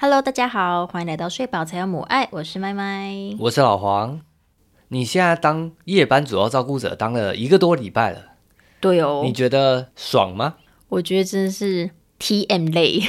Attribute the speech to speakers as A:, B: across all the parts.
A: Hello，大家好，欢迎来到睡饱才有母爱，我是麦麦。
B: 我是老黄。你现在当夜班主要照顾者当了一个多礼拜了，
A: 对哦
B: 你觉得爽吗？
A: 我觉得真的是 T M 累，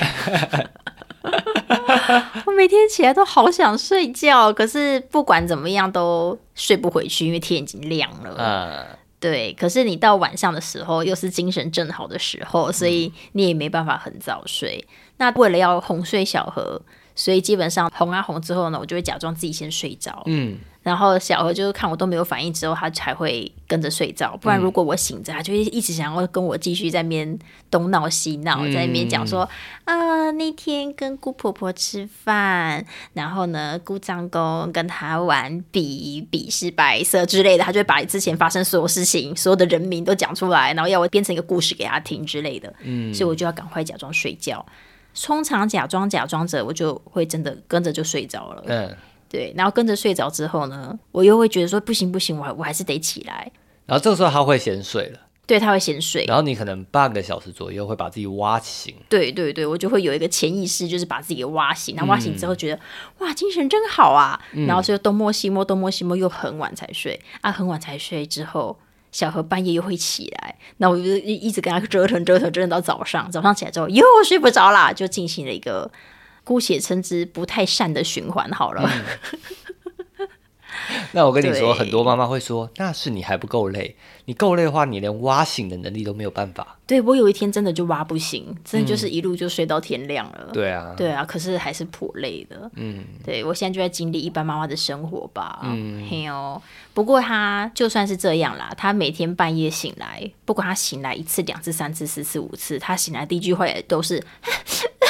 A: 我每天起来都好想睡觉，可是不管怎么样都睡不回去，因为天已经亮了。
B: 啊、
A: 对，可是你到晚上的时候，又是精神正好的时候，所以你也没办法很早睡。那为了要哄睡小何，所以基本上哄啊哄之后呢，我就会假装自己先睡着，
B: 嗯，
A: 然后小何就是看我都没有反应之后，他才会跟着睡着。不然如果我醒着，他就会一直想要跟我继续在那边东闹西闹，在那边讲说，啊、那天跟姑婆婆吃饭，然后呢，姑丈公跟他玩笔，笔是白色之类的，他就会把之前发生所有事情、所有的人名都讲出来，然后要我编成一个故事给他听之类的。嗯，所以我就要赶快假装睡觉。通常假装假装着，我就会真的跟着就睡着了。
B: 嗯，
A: 对，然后跟着睡着之后呢，我又会觉得说不行不行，我还我还是得起来。
B: 然后这个时候他会先睡了，
A: 对，他会先睡。
B: 然后你可能半个小时左右会把自己挖醒，
A: 对对对，我就会有一个潜意识，就是把自己给挖醒。然后挖醒之后觉得、哇，精神真好啊，然后就东摸西摸，东摸西摸，又很晚才睡啊，很晚才睡之后。小何半夜又会起来，那我就一一直跟他折腾折腾折腾到早上，早上起来之后又睡不着啦，就进行了一个姑且称之不太善的循环好了。
B: 那我跟你说，
A: 对
B: 很多妈妈会说，那是你还不够累，你够累的话，你连挖醒的能力都没有办法。
A: 对我有一天真的就挖不行，真的就是一路就睡到天亮了。
B: 对啊，
A: 对啊，可是还是颇累的。嗯，对我现在就在经历一般妈妈的生活吧。嗯，嘿哦。不过她就算是这样啦，她每天半夜醒来，不管她醒来一次、两次、三次、四次、五次，她醒来第一句话也都是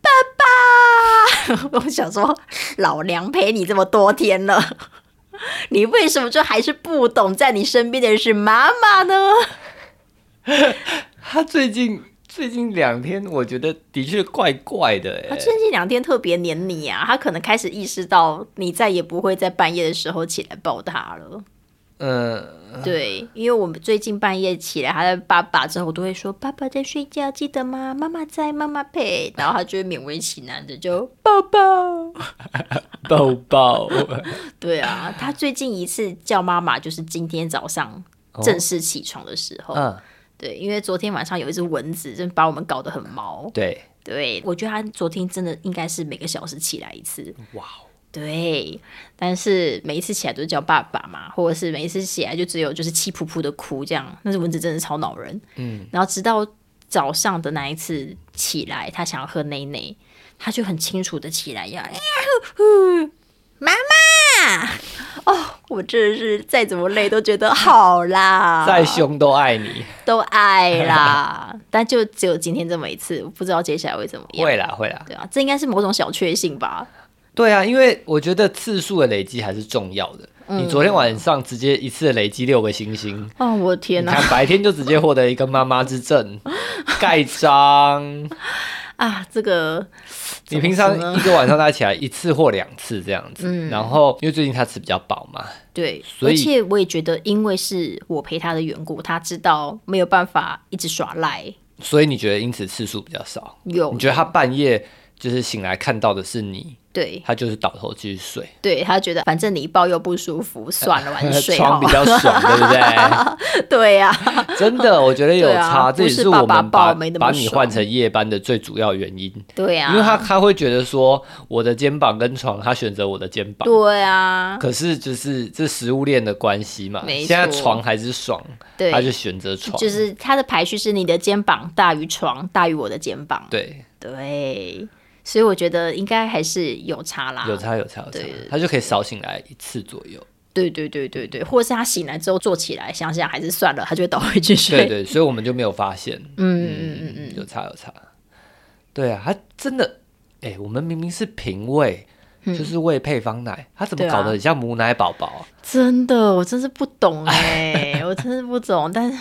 A: 爸 爸。我想说，老娘陪你这么多天了。 你为什么就还是不懂，在你身边的人是妈妈呢？
B: 她最近最近两天，我觉得的确怪怪的
A: 他
B: 欸，
A: 最近两天特别黏你啊，他可能开始意识到你再也不会在半夜的时候起来抱他了。
B: 嗯，
A: 对，因为我们最近半夜起来，他的爸爸之后，我都会说爸爸在睡觉，记得吗？妈妈在，妈妈陪。 然后他就会勉为其难的就抱 抱。
B: 抱抱，
A: 对啊，他最近一次叫妈妈就是今天早上正式起床的时候。
B: 嗯，
A: 对，因为昨天晚上有一只蚊子，真把我们搞得很毛。
B: 对，
A: 对，我觉得他昨天真的应该是每个小时起来一次。
B: 哇哦。
A: 对，但是每一次起来都叫爸爸嘛，或者是每一次起来就只有就是气扑扑的哭这样，那只蚊子真的超恼人。嗯，然后直到早上的那一次起来，他想要喝奶奶，他就很清楚的起来要，哎呀呼呼妈妈，哦，我真的是再怎么累都觉得好啦，
B: 再凶都爱你，
A: 都爱啦，但就只有今天这么一次，我不知道接下来会怎么样。
B: 会啦会啦，
A: 对啊，这应该是某种小确幸吧。
B: 对啊，因为我觉得次数的累积还是重要的。
A: 嗯
B: 你昨天晚上直接一次累积六个 星星，
A: 哦，我的天
B: 你
A: 哪、
B: 看白天就直接获得一个妈妈 之证盖章。
A: 啊，这个
B: 你平常一个晚上大概起来一次或两次这样 子，
A: 嗯
B: 然后因为最近他吃比较饱嘛，
A: 对，
B: 所
A: 而
B: 以
A: 且我也觉得，因为是我陪他的缘故，他知道没有办法一直耍赖。
B: 所以你觉得因此次数比较少？
A: 有
B: 你觉得他半夜就是醒来看到的是你，
A: 对
B: 他就是倒头继续睡，
A: 对，他觉得反正你一抱又不舒服，算了，晚点睡好
B: 床比。较爽，对不对？
A: 对啊呀、
B: 真的，我觉得有
A: 对啊
B: 差，这也
A: 不是
B: 我们
A: 爸
B: 把
A: 爸抱没那么
B: 把你
A: 爽
B: 换成夜班的最主要原因，
A: 对啊呀、
B: 因为他他会觉得说我的肩膀跟床，他选择我的肩膀。
A: 对啊，
B: 可是就是这食物链的关系嘛，
A: 没错
B: 现在床还是爽，
A: 对
B: 他就选择床。
A: 就是他的排序是你的肩膀大于床大于我的肩膀。
B: 对，
A: 对，所以我觉得应该还是有差啦。
B: 有差有差
A: 啊
B: 有差
A: 对，
B: 他就可以少醒来一次左右。
A: 对对对对对，或者是他醒来之后坐起来想想还是算了，他就会倒回去睡。
B: 对对，所以我们就没有发现，
A: 嗯嗯嗯嗯，
B: 有差有差。对啊，他真的，哎、我们明明是平喂，
A: 嗯
B: 就是喂配方奶，他怎么
A: 对啊
B: 搞得很像母奶宝宝啊？
A: 真的，我真是不懂哎、我真是不懂，但是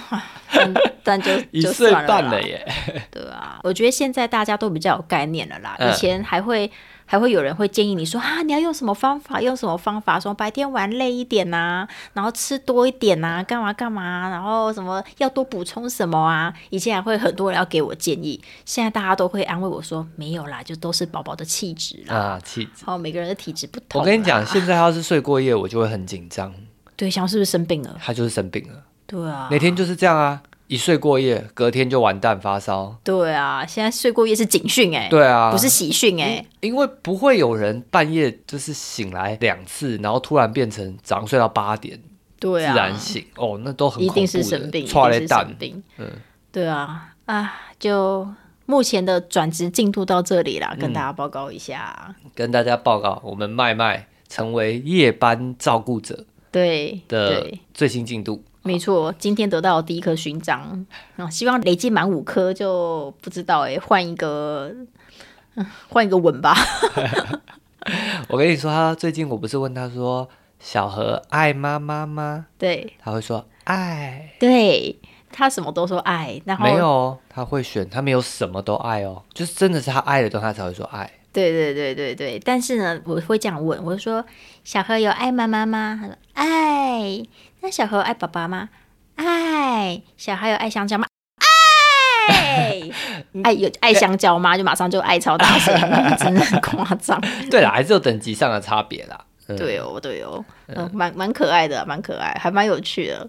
A: 但但就
B: 一
A: 就
B: 岁
A: 算
B: 半
A: 了
B: 了
A: 啦，
B: 耶！
A: 对啊，我觉得现在大家都比较有概念了啦，
B: 嗯
A: 以前还会还会有人会建议你说啊，你要用什么方法，用什么方法，说白天玩累一点呐、然后吃多一点呐、干嘛干嘛，然后什么要多补充什么啊。以前还会很多人要给我建议，现在大家都会安慰我说没有啦，就都是宝宝的气质啦。
B: 啊，气质。
A: 好，每个人的体质不同。啊
B: 我跟你讲，，现在他要是睡过夜，我就会很紧张，
A: 对象是不是生病了？
B: 他就是生病了。
A: 对啊，
B: 哪天就是这样啊，一睡过夜，隔天就完蛋发烧。
A: 对啊，现在睡过夜是警讯哎、
B: 对啊，
A: 不是喜讯哎、
B: 因为不会有人半夜就是醒来两次，然后突然变成早上睡到八点、
A: 对
B: 自
A: 啊，
B: 然醒，哦，那都很
A: 一
B: 恐怖
A: 定是
B: 的
A: 生病，一
B: 踹
A: 定
B: 了
A: 是
B: 蛋
A: 生病。
B: 嗯
A: 对啊，啊，就目前的转职进度到这里
B: 嗯
A: 啦，跟大家报告一下。
B: 跟大家报告，我们麦麦成为夜班照顾者
A: 对
B: 的
A: 对，
B: 最新进度。
A: 没错，今天得到第一颗勋章，啊，希望累计满五颗就不知道哎、换一个。嗯换一个吻吧，
B: 我跟你说，他最近我不是问他说，小何爱妈妈吗？
A: 对
B: 他会说爱，
A: 对，他什么都说爱，然后
B: 没有哦，他会选，他没有什么都爱哦，就是真的是他爱的东西，他才会说爱。
A: 对对对对对，但是呢，我会这样问，我就说：“小何有爱妈妈吗？”他说：“爱。”那小何有爱爸爸吗？爱。小孩有爱香蕉吗？ 爱。爱有爱香蕉吗？就马上就爱超大 声，真的很夸张。
B: 对啦，还是有等级上的差别啦。嗯、，
A: 对哦，对哦，嗯，蛮蛮可爱的，蛮可爱，还蛮有趣的。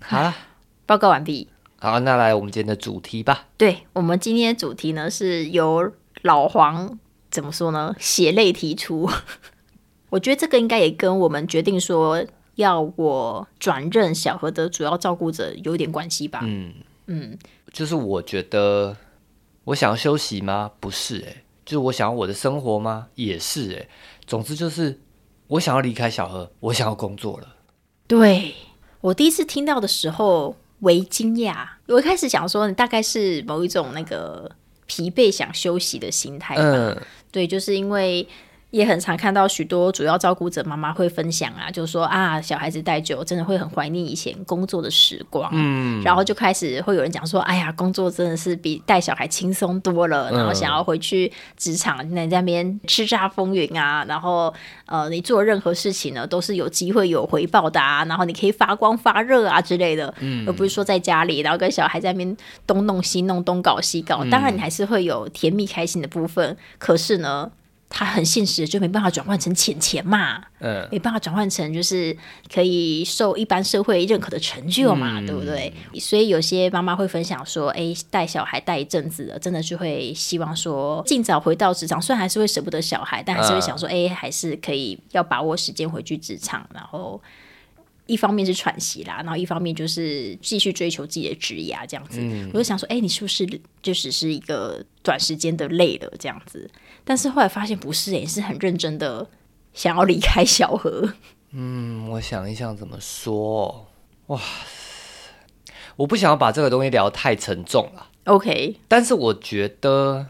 B: 好啦，
A: 报告完毕。
B: 好，那来我们今天的主题吧。
A: 对我们今天的主题呢，是由老黄怎么说呢？血泪提出。 我觉得这个应该也跟我们决定说要我转任小何的主要照顾者有一点关系吧。
B: 嗯，就是我觉得我想要休息吗？不是、欸，就是我想要我的生活吗？也是、欸，总之就是我想要离开小何，我想要工作了。
A: 对我第一次听到的时候，为惊讶。我一开始想说，你大概是某一种那个疲惫想休息的心态吧。
B: 嗯，
A: 对，就是因为也很常看到许多主要照顾者妈妈会分享啊，就说啊，小孩子带久，真的会很怀念以前工作的时光。嗯，然后就开始会有人讲说，哎呀，工作真的是比带小孩轻松多了，然后想要回去职场，那在那边叱咤风云啊，然后呃，你做任何事情呢，都是有机会有回报的啊，然后你可以发光发热啊之类的，而不是说在家里，然后跟小孩在那边东弄西弄，东搞西搞。当然，你还是会有甜蜜开心的部分，可是呢，它很现实，就没办法转换成钱钱嘛，
B: 嗯，
A: 没办法转换成就是可以受一般社会认可的成就嘛，对不对？所以有些妈妈会分享说，哎，带小孩带一阵子了，真的就会希望说尽早回到职场，虽然还是会舍不得小孩，但还是会想说，哎、还是可以要把握时间回去职场，然后。一方面是喘息啦，然后一方面就是继续追求自己的职业啊，这样子。我就想说，哎、你是不是就只是一个短时间的累了这样子？但是后来发现不是、哎诶，你是很认真的想要离开小河。
B: 嗯我想一想怎么说、哦。哇，我不想要把这个东西聊太沉重了，
A: OK，
B: 但是我觉得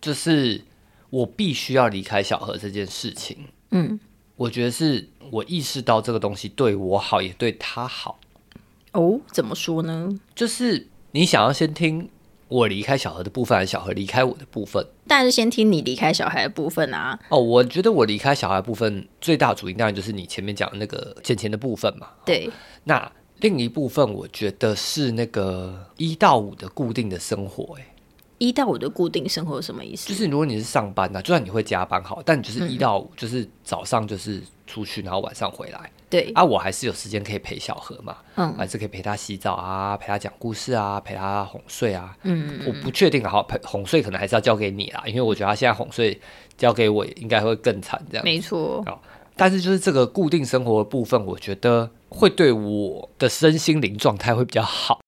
B: 就是我必须要离开小何这件事情。
A: 嗯
B: 我觉得是我意识到这个东西对我好，也对他好。
A: 哦，怎么说呢？
B: 就是你想要先听我离开小何的部分，还是小何离开我的部分？
A: 当然是先听你离开小孩的部分啊。
B: 哦，我觉得我离开小孩的部分最大主因当然就是你前面讲的那个捡钱的部分嘛。
A: 对，
B: 那另一部分我觉得是那个一到五的固定的生活、欸，
A: 一到五的固定生活是什么意思？
B: 就是如果你是上班呐、就算你会加班好，但
A: 嗯
B: 你就是一到五，就是早上就是出去，然后晚上回来。
A: 对，
B: 啊，我还是有时间可以陪小何嘛，
A: 嗯
B: 还是可以陪他洗澡啊，陪他讲故事啊，陪他哄睡啊。
A: 嗯，
B: 我不确定，好陪哄睡可能还是要交给你啦，因为我觉得他现在哄睡交给我应该会更惨这样。
A: 没
B: 啊
A: 错，
B: 但是就是这个固定生活的部分，我觉得会对我的身心灵状态会比较好。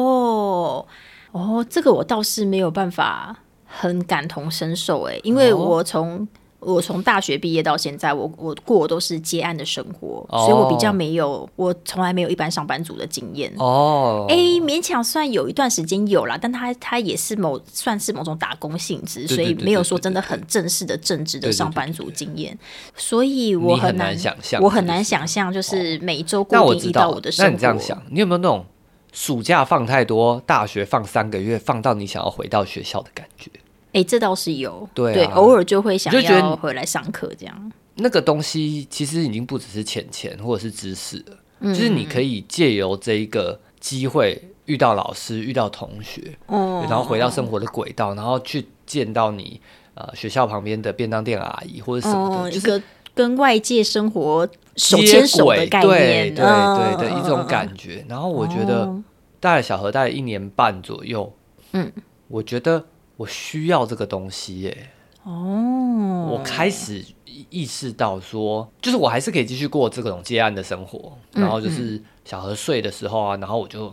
A: 哦哦，这个我倒是没有办法很感同身受诶，因为
B: 哦
A: 我从、我从大学毕业到现在，我我过的都是接案的生活，
B: 哦
A: 所以我比较没有，我从来没有一般上班族的经验。
B: 哦，
A: 哎、勉强算有一段时间有啦，但他他也是某算是某种打工性质，
B: 对
A: 所以
B: 对
A: 没有
B: 对
A: 说
B: 对
A: 真的
B: 对
A: 很正式的正职
B: 对
A: 的
B: 对
A: 上
B: 对
A: 班族经验，所以我
B: 你很
A: 难
B: 难想象
A: 我
B: 是
A: 很
B: 不
A: 难
B: 是
A: 想象就是每周固
B: 哦那我
A: 定
B: 知
A: 一到
B: 道
A: 五的，生
B: 那
A: 活。
B: 你这样想，你有没有那种暑假放太多，大学放三个月，放到你想要回到学校的感觉？
A: 哎，这倒是有，
B: 对啊
A: 偶尔就会想
B: 你就觉得
A: 要
B: 你
A: 回来上课这样，
B: 那个东西其实已经不只是钱钱或者是知识了，
A: 嗯
B: 就是你可以借由这一个机会遇到老师、遇到同学，
A: 哦
B: 然后回到生活的轨道，然后去见到你呃学校旁边的便当店阿姨或者什么
A: 哦，
B: 的，
A: 一
B: 就是
A: 个跟外界生活手
B: 接
A: 牵手的
B: 轨，
A: 概
B: 对对
A: 念，嗯
B: 对的一种
A: 觉。
B: 感觉。然后我觉得大概小何大概一年半左右，
A: 哦嗯，
B: 我觉得我需要这个东西耶、
A: 哦，
B: 我开始意意识到说，就是我还是可以继续过这种接案的生活，
A: 嗯
B: 然后就是小何睡的时候啊，然后我就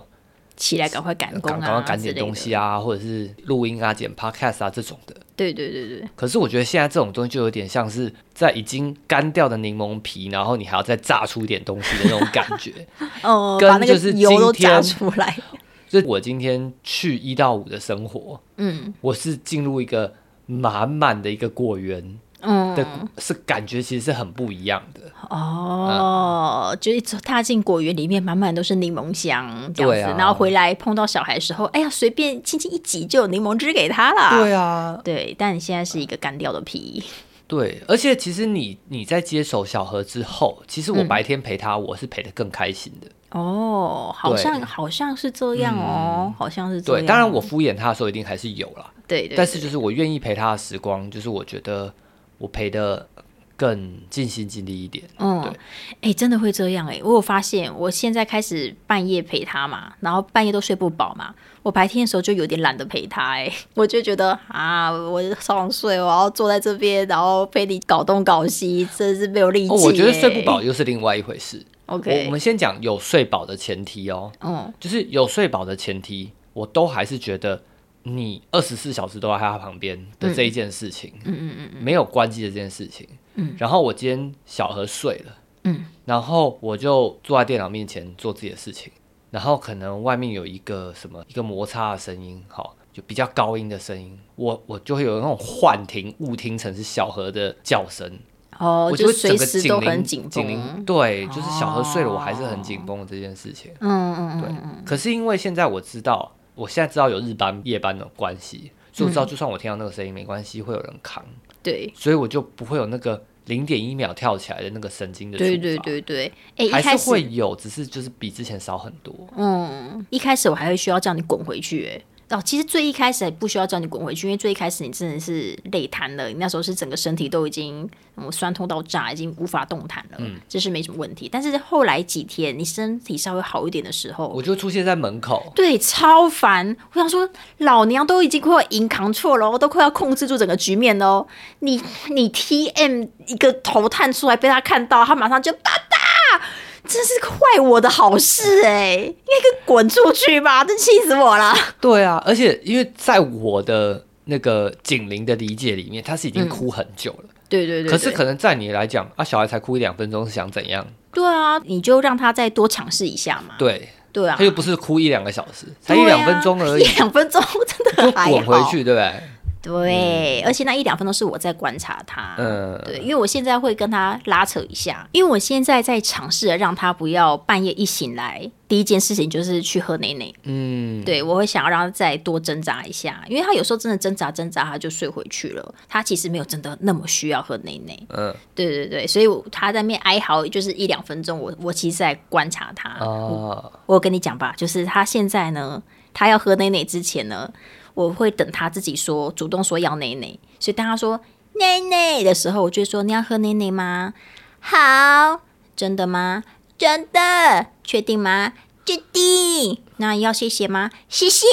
A: 起来赶快赶工
B: 赶
A: 啊，
B: 赶快赶点东西
A: 啊，
B: 啊，或者是录音啊、剪 podcast 啊这种的。
A: 对对对对，
B: 可是我觉得现在这种东西就有点像是在已经干掉的柠檬皮，然后你还要再榨出一点东西的那种感觉。
A: 哦，
B: 跟
A: 把那个
B: 就是
A: 油都
B: 今
A: 炸
B: 天
A: 出来，
B: 就我今天去一到五的生活，
A: 嗯
B: 我是进入一个满满的一个果园
A: 嗯，
B: 的，是感觉其实是很不一样的。
A: 哦，就是踏进果园里面，满满都是柠檬香这样
B: 对
A: 子，
B: 啊
A: 然后回来碰到小孩的时候，哎呀，随便轻轻一挤就有柠檬汁给他啦。
B: 对啊，
A: 对，但你现在是一个干掉的皮，
B: 对，而且其实你你在接手小何之后，其实我
A: 嗯
B: 白天陪他，我是陪得更开心的。
A: 哦，好
B: 对嗯
A: 像好像是这样哦，好像是这样。
B: 对，当然我敷衍他的时候一定还是有啦，
A: 对对对，
B: 但是就是我愿意陪他的时光，就是我觉得我陪得更尽心尽力一点。
A: 嗯，
B: 对
A: 哎、真的会这样哎、我有发现，我现在开始半夜陪他嘛，然后半夜都睡不饱嘛，我白天的时候就有点懒得陪他哎、 我就觉得啊，我超想睡，我要坐在这边，然后被你搞东搞西，真是没有力气、
B: 哦，我觉得睡不饱。又是另外一回事。我我
A: OK，
B: 们先讲有睡饱的前提哦，
A: 嗯，
B: 就是有睡饱的前提，我都还是觉得你二十四小时都在他旁边的这一件事情，嗯嗯嗯，没有关机的这件事情，嗯，然后我今天小何睡了，
A: 嗯，
B: 然后我就坐在电脑面前做自己的事情，然后可能外面有一个什么一个摩擦的声音，好。就比较高音的声音，我我就会有那种幻听、误听成是小何的叫声，
A: 哦，
B: 我
A: 就
B: 会
A: 随
B: 整个
A: 时
B: 紧
A: 都
B: 邻
A: 很紧绷。哦
B: 邻对，就是小何睡了，我还是很紧绷的这件事情。
A: 嗯嗯
B: 对
A: 嗯，，
B: 可是因为现在我知道，我现在知道有日班、夜班的关系，所以我知道就算我听到那个声音没关系，会有人扛，
A: 对。
B: 所以我就不会有那个零点一秒跳起来的那个神经的触发
A: 对对，对对，哎、一
B: 还
A: 开
B: 是
A: 始
B: 会有，只是就是比之前少很多。
A: 嗯，一开始我还会需要叫你滚回去、欸，哦，其实最一开始还不需要叫你滚回去，因为最一开始你真的是累瘫了，你那时候是整个身体都已经嗯酸痛到炸，已经无法动弹了，这是没什么问题。但是后来几天你身体稍微好一点的时候，
B: 我就出现在门口，
A: 对，超烦！我想说，老娘都已经快要 in control 了哦，都快要控制住整个局面了哦。你你 TM 一个头探出来被他看到，他马上就爸爸，真是坏我的好事哎、应该给我滚出去吧，真气死我了。
B: 对啊，而且因为在我的那个警铃的理解里面，他是已经哭很久了，
A: 对对对
B: 可是可能在你来讲啊，小孩才哭一两分钟是想怎样？
A: 对啊，你就让他再多尝试一下嘛。
B: 对，
A: 对啊，
B: 他又不是哭一两个小时，才
A: 对
B: 一
A: 啊
B: 两分钟 而已
A: 一，两分钟 真
B: 就
A: 的还
B: 滚回
A: 好。
B: 去，对嗯不对？
A: 对，而且那一两分钟是我在观察他。
B: 嗯
A: 对，因为我现在会跟他拉扯一下，因为我现在在尝试着让他不要半夜一醒来，第一件事情就是去喝奶奶。
B: 嗯，
A: 对我会想要让他再多挣扎一下，因为他有时候真的挣扎挣扎，他就睡回去了。他其实没有真的那么需要喝奶奶。
B: 嗯，
A: 对对对，所以我他在那边哀嚎就是一两分钟，我我其实在观察他。
B: 啊，
A: 我跟你讲吧，就是他现在呢，他要喝奶奶之前呢，我会等他自己说主动说要奶奶，所以当他说奶奶的时候，我就会说你要喝奶奶吗？好，真的吗？真的，确定吗？确定。那要谢谢吗？谢 谢。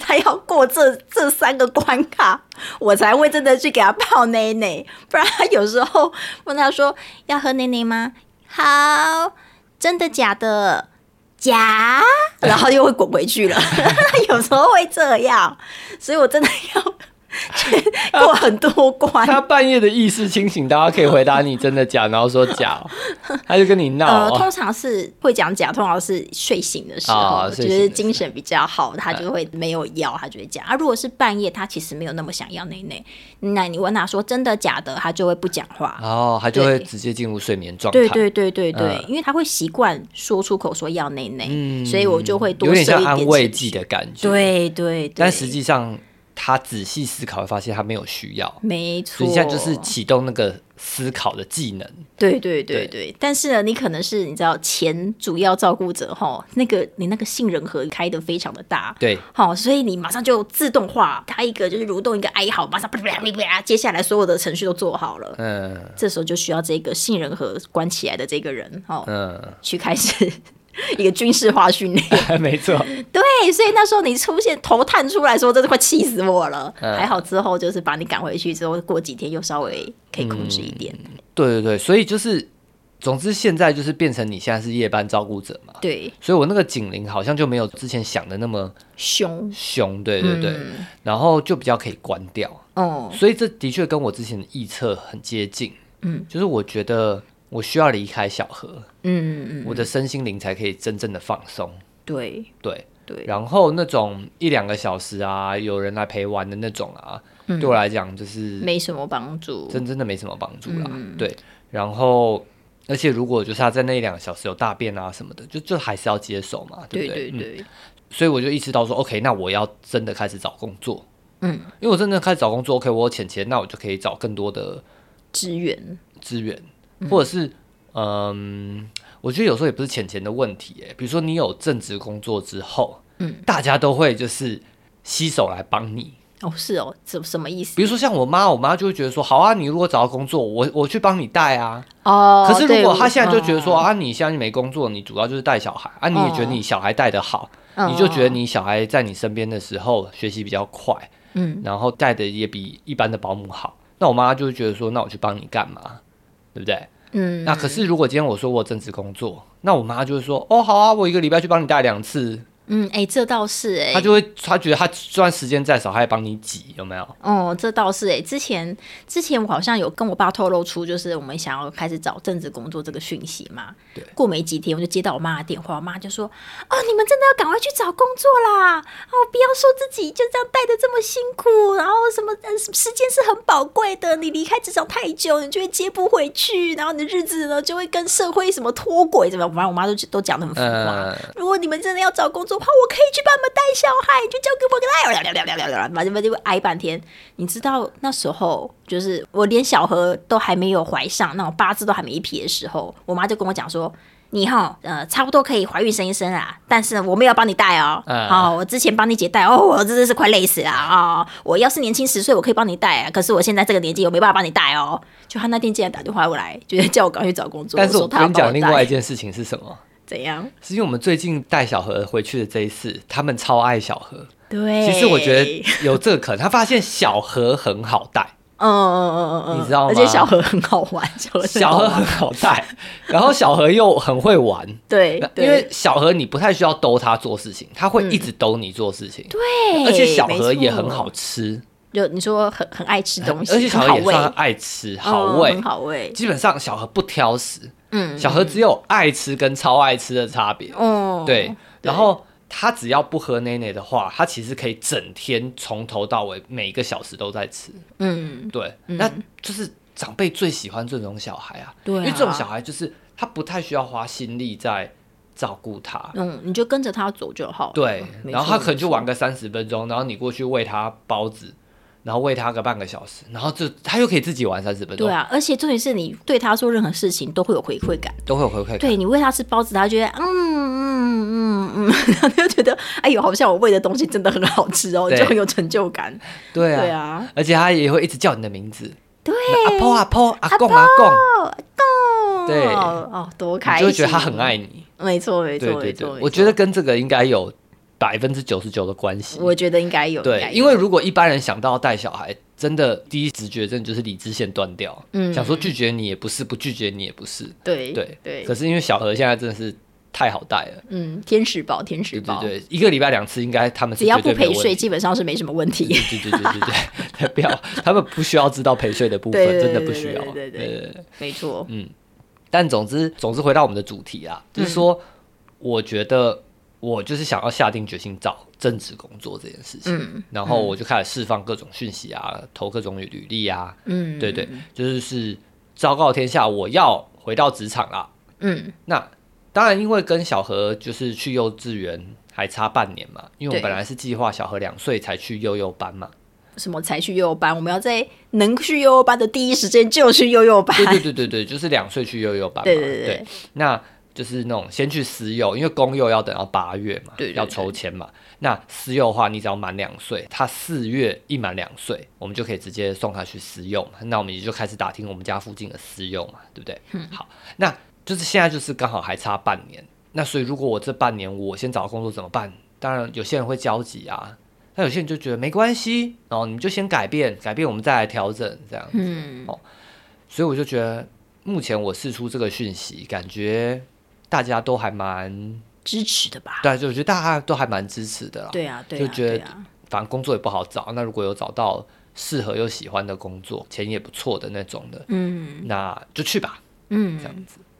A: 他要过这这三个关卡，我才会真的去给他泡奶奶，不然他有时候问他说要喝奶奶吗？好，真的假的？假，然后又会滚回去了。 有时候会这样，所以我真的要去过很多关。
B: 他半夜的意识清醒，大家可以回答你真的假，然后说假 哦，他就跟你闹
A: 呃，
B: 哦。
A: 通常是会讲假，通常是睡醒的时候，
B: 哦
A: 就
B: 睡醒的
A: 是
B: 时候
A: 精神比较好，他就会没有要，他就会讲。啊，如果是半夜，他其实没有那么想要内内，那你问他说真的假的，他就会不讲话。
B: 然后他就会
A: 对
B: 直接进入睡眠状态，
A: 对对对对对，
B: 嗯
A: 因为他会习惯说出口说要内内，
B: 嗯
A: 所以我就会多
B: 有点
A: 设
B: 像
A: 一
B: 安
A: 点
B: 慰
A: 情
B: 剂
A: 绪。
B: 的感觉。，
A: 对对对，
B: 但实际上他仔细思考会发现他没有需要，
A: 没错，
B: 所以现在就是启动那个思考的技能。
A: 对对对对，但是呢，你可能是你知道前主要照顾者哈，那个你那个杏仁核开的非常的大，
B: 对，
A: 好，所以你马上就自动化，它一个就是蠕动一个哀嚎，马上啪啪啪啪，接下来所有的程序都做好了，
B: 嗯
A: 这时候就需要这个杏仁核关起来的这个人哦，
B: 嗯，
A: 去开始一个军事化训练。
B: 没错，
A: 对，所以那时候你出现头探出来说，真的快气死我了。
B: 嗯
A: 还好之后就是把你赶回去之后，过几天又稍微可以控制一点。
B: 对对对，所以就是，总之现在就是变成你现在是夜班照顾者嘛，
A: 对，
B: 所以我那个警铃好像就没有之前想的那么
A: 凶，
B: 凶，对对对，
A: 嗯
B: 然后就比较可以关掉，
A: 哦，
B: 所以这的确跟我之前的臆测很接近，
A: 嗯，
B: 就是我觉得我需要离开小河，
A: 嗯嗯嗯，
B: 我的身心灵才可以真正的放松，
A: 对
B: 对，
A: 对，
B: 然后那种一两个小时啊，有人来陪玩的那种啊，对我来讲就是
A: 嗯没嗯什么帮助。
B: 真真的没什么帮助啦。对，然后而且如果就是他在那一两个小时有大便啊什么的，就就还是要接手嘛，
A: 对
B: 不对？嗯
A: 对对，
B: 所以我就意识到说，OK，那我要真的开始找工作。
A: 嗯，
B: 因为我真的开始找工作，OK，我有钱钱，那我就可以找更多的
A: 支援
B: 资源，或者是嗯，我觉得有时候也不是钱钱的问题，哎，比如说你有正职工作之后，
A: 嗯，
B: 大家都会就是洗手来帮你，
A: 哦，是哦，什什么意思
B: 比？如说像我妈，我妈就会觉得说，好啊，你如果找到工作，我我去帮你带啊，
A: 哦，
B: 可是如
A: 对
B: 果
A: 我
B: 他现在就觉得说
A: 嗯哦
B: 啊，你现在没工作，你主要就是带小孩啊，你也觉得你小孩带的好，
A: 嗯
B: 你就觉得你小孩在你身边的时候学习比较快，
A: 嗯，
B: 然后带的也比一般的保姆好，那我妈就会觉得说，那我去帮你干嘛，对不对？
A: 嗯，
B: 那可是如果今天我说我有正职工作，那我妈就会说，哦，好啊，我一个礼拜去帮你带两次，
A: 嗯，哎，这倒是哎
B: 她，就会她觉得她虽然时间再少，她也帮你挤，有没有？
A: 哦，这倒是诶，之前之前我好像有跟我爸透露出，就是我们想要开始找正职工作这个讯息嘛。
B: 对
A: 过没几天，我就接到我妈的电话，我妈就说：“哦，你们真的要赶快去找工作啦！哦，不要说自己就这样带的这么辛苦，然后什么呃时间是很宝贵的，你离开职场太久，你就会接不回去，然后你的日子呢就会跟社会什么脱轨，怎么样？反正我妈都都讲的很浮夸。
B: 嗯，
A: 如果你们真的要找工作的话，我可以去帮你们带小孩，你就交给我来，聊聊聊聊聊，反正就挨半天。你知道那时候，就是我连小何都还没有怀上，那种八字都还没一撇的时候，我妈就跟我讲说。你哈，呃，差不多可以怀孕生一生啊，但是我没有帮你带哦。
B: 嗯
A: 哦，我之前帮你姐带，哦，我真的是快累死了啊、哦！我要是年轻十岁，我可以帮你带啊，可是我现在这个年纪，我没办法帮你带哦。就他那天竟然打电话过来，就是叫我赶快去找工作。
B: 但是
A: 我说
B: 我
A: 他要
B: 跟你
A: 帮
B: 讲
A: 我
B: 另外
A: 带
B: 一件事情是什么？
A: 怎样？
B: 是因为我们最近带小何回去的这一次，他们超爱小何。
A: 对，
B: 其实我觉
A: 哎
B: 得有这个可能，他发现小何很好带，
A: 嗯嗯嗯嗯，嗯
B: 你知道吗
A: 而且小何很好玩，小何很
B: 小
A: 好
B: 何
A: 玩
B: 很好带， 然后小何又很会玩，
A: 哎 对，嗯
B: 因为小何你不太需要兜他做事情，他会一直兜你做事情。
A: 对，
B: 而且小何也很
A: 哎没
B: 好
A: 错，
B: 吃，
A: 就你说很很爱吃东西，
B: 而且小
A: 很
B: 何
A: 好
B: 也
A: 味，
B: 算爱吃，
A: 嗯
B: 好味
A: 很。好味，
B: 基本上小何不挑食，
A: 嗯，
B: 小何只有爱吃跟超爱吃的差别。
A: 哦，
B: 对，然后他只要不喝奶奶的话，他其实可以整天从头到尾每个小时都在吃。
A: 嗯，
B: 对，那就是长辈最喜欢这种小孩啊，
A: 对啊
B: 因为这种小孩就是他不太需要花心力在照顾他。
A: 嗯，你就跟着他走就好了，
B: 对，
A: 没
B: 然后他
A: 错
B: 可能就玩个三十分钟，然后你过去喂他包子，然后喂他个半个小时，然后就他又可以自己玩三十分钟，
A: 对啊，而且重点是你对他做任何事情都会有回馈感，
B: 都会有回馈感。
A: 对你喂他吃包子，他觉得嗯嗯嗯嗯， 他就觉得哎呦，好像我喂的东西真的很好吃哦，
B: 对
A: 就很有成就感，
B: 对啊，
A: 对啊
B: 而且他也会一直叫你的名字，
A: 对，
B: 阿婆阿婆阿公阿公，对
A: 哦，多
B: 你
A: 开心，
B: 就会觉得他很爱你。
A: 没错，没错，
B: 对
A: 没
B: 对对
A: 错。，
B: 我觉得，跟这个应该有百分之九十九的关系。
A: 我觉得应该有，应该
B: 对，
A: 有
B: 因为如果一般人想到带小孩，真的第一直觉真的就是理智线断掉，
A: 嗯
B: 想说拒绝你也不是，不拒绝你也不是，
A: 对
B: 对
A: 对
B: 可，是因为小何现在真的是太好带了，
A: 嗯，天使堡，天使
B: 对
A: 堡，
B: 对对，一个礼拜两次应该他们是
A: 只要
B: 绝
A: 不
B: 对没有
A: 陪睡，
B: 问题
A: 基本上是没什么问
B: 对
A: 题。
B: 对对对对对，不要，他们不需要知道陪睡的部分，
A: 对对对
B: 真的不需要。
A: 对对对
B: 对对
A: 没错，
B: 但总之，总之回到我们的主题啊，
A: 嗯
B: 就是说，我觉得我就是想要下定决心找正职工作这件事情，
A: 嗯
B: 然后我就开始释放各种讯息啊，投各种履历啊，
A: 嗯，
B: 对对，就是是昭告天下，我要回到职场啦。
A: 嗯，
B: 那当然，因为跟小何就是去幼稚园还差半年嘛，因为我
A: 对
B: 本来是计划小何两岁才去幼幼班嘛，
A: 什么才去幼幼班，我们要在能去幼幼班的第一时间就去幼幼班。
B: 对对对对对，就是两岁去幼幼班嘛。
A: 对对对
B: 对
A: 对
B: 那就是那种先去私幼，因为公幼要等到八月嘛，
A: 对对对
B: 要抽签嘛。那私幼的话，你只要满两岁，他四月一满两岁，我们就可以直接送他去私幼嘛。那我们也就开始打听我们家附近的私幼嘛，对不对？嗯。好，那就是现在就是刚好还差半年。那所以如果我这半年我先找到工作怎么办？当然有些人会焦急啊，那有些人就觉得没关系，然后你们就先改变，改变我们再来调整这样。
A: 嗯，
B: 所以我就觉得，目前我试出这个讯息，感觉大家都还蛮，
A: 支持的吧？
B: 对，就我觉得大家都还蛮支持的啦。，
A: 对啊，对啊，
B: 就觉得
A: 对啊，
B: 反正工作也不好找，那如果有找到适合又喜欢的工作，钱也不错的那种的，
A: 嗯
B: 那就去吧。
A: 嗯，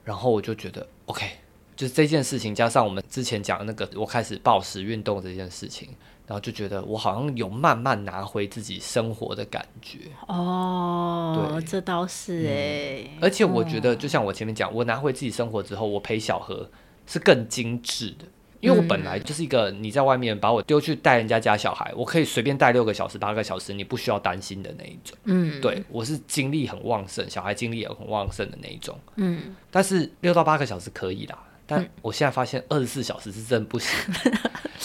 B: 然后我就觉得 OK，就是这件事情加上我们之前讲的那个我开始暴食运动这件事情，然后就觉得我好像有慢慢拿回自己生活的感觉。
A: 哦
B: 对，嗯
A: 这倒是哎、
B: 而且我觉得，就像我前面讲，我拿回自己生活之后，我陪小何是更精致的，因为我本来就是一个你在外面把我丢去带人家家小孩，我可以随便带六个小时、八个小时，你不需要担心的那一种。
A: 嗯，
B: 对我是精力很旺盛，小孩精力也很旺盛的那一种。
A: 嗯，
B: 但是六到八个小时可以啦，但我现在发现二十四小时是真的 不行，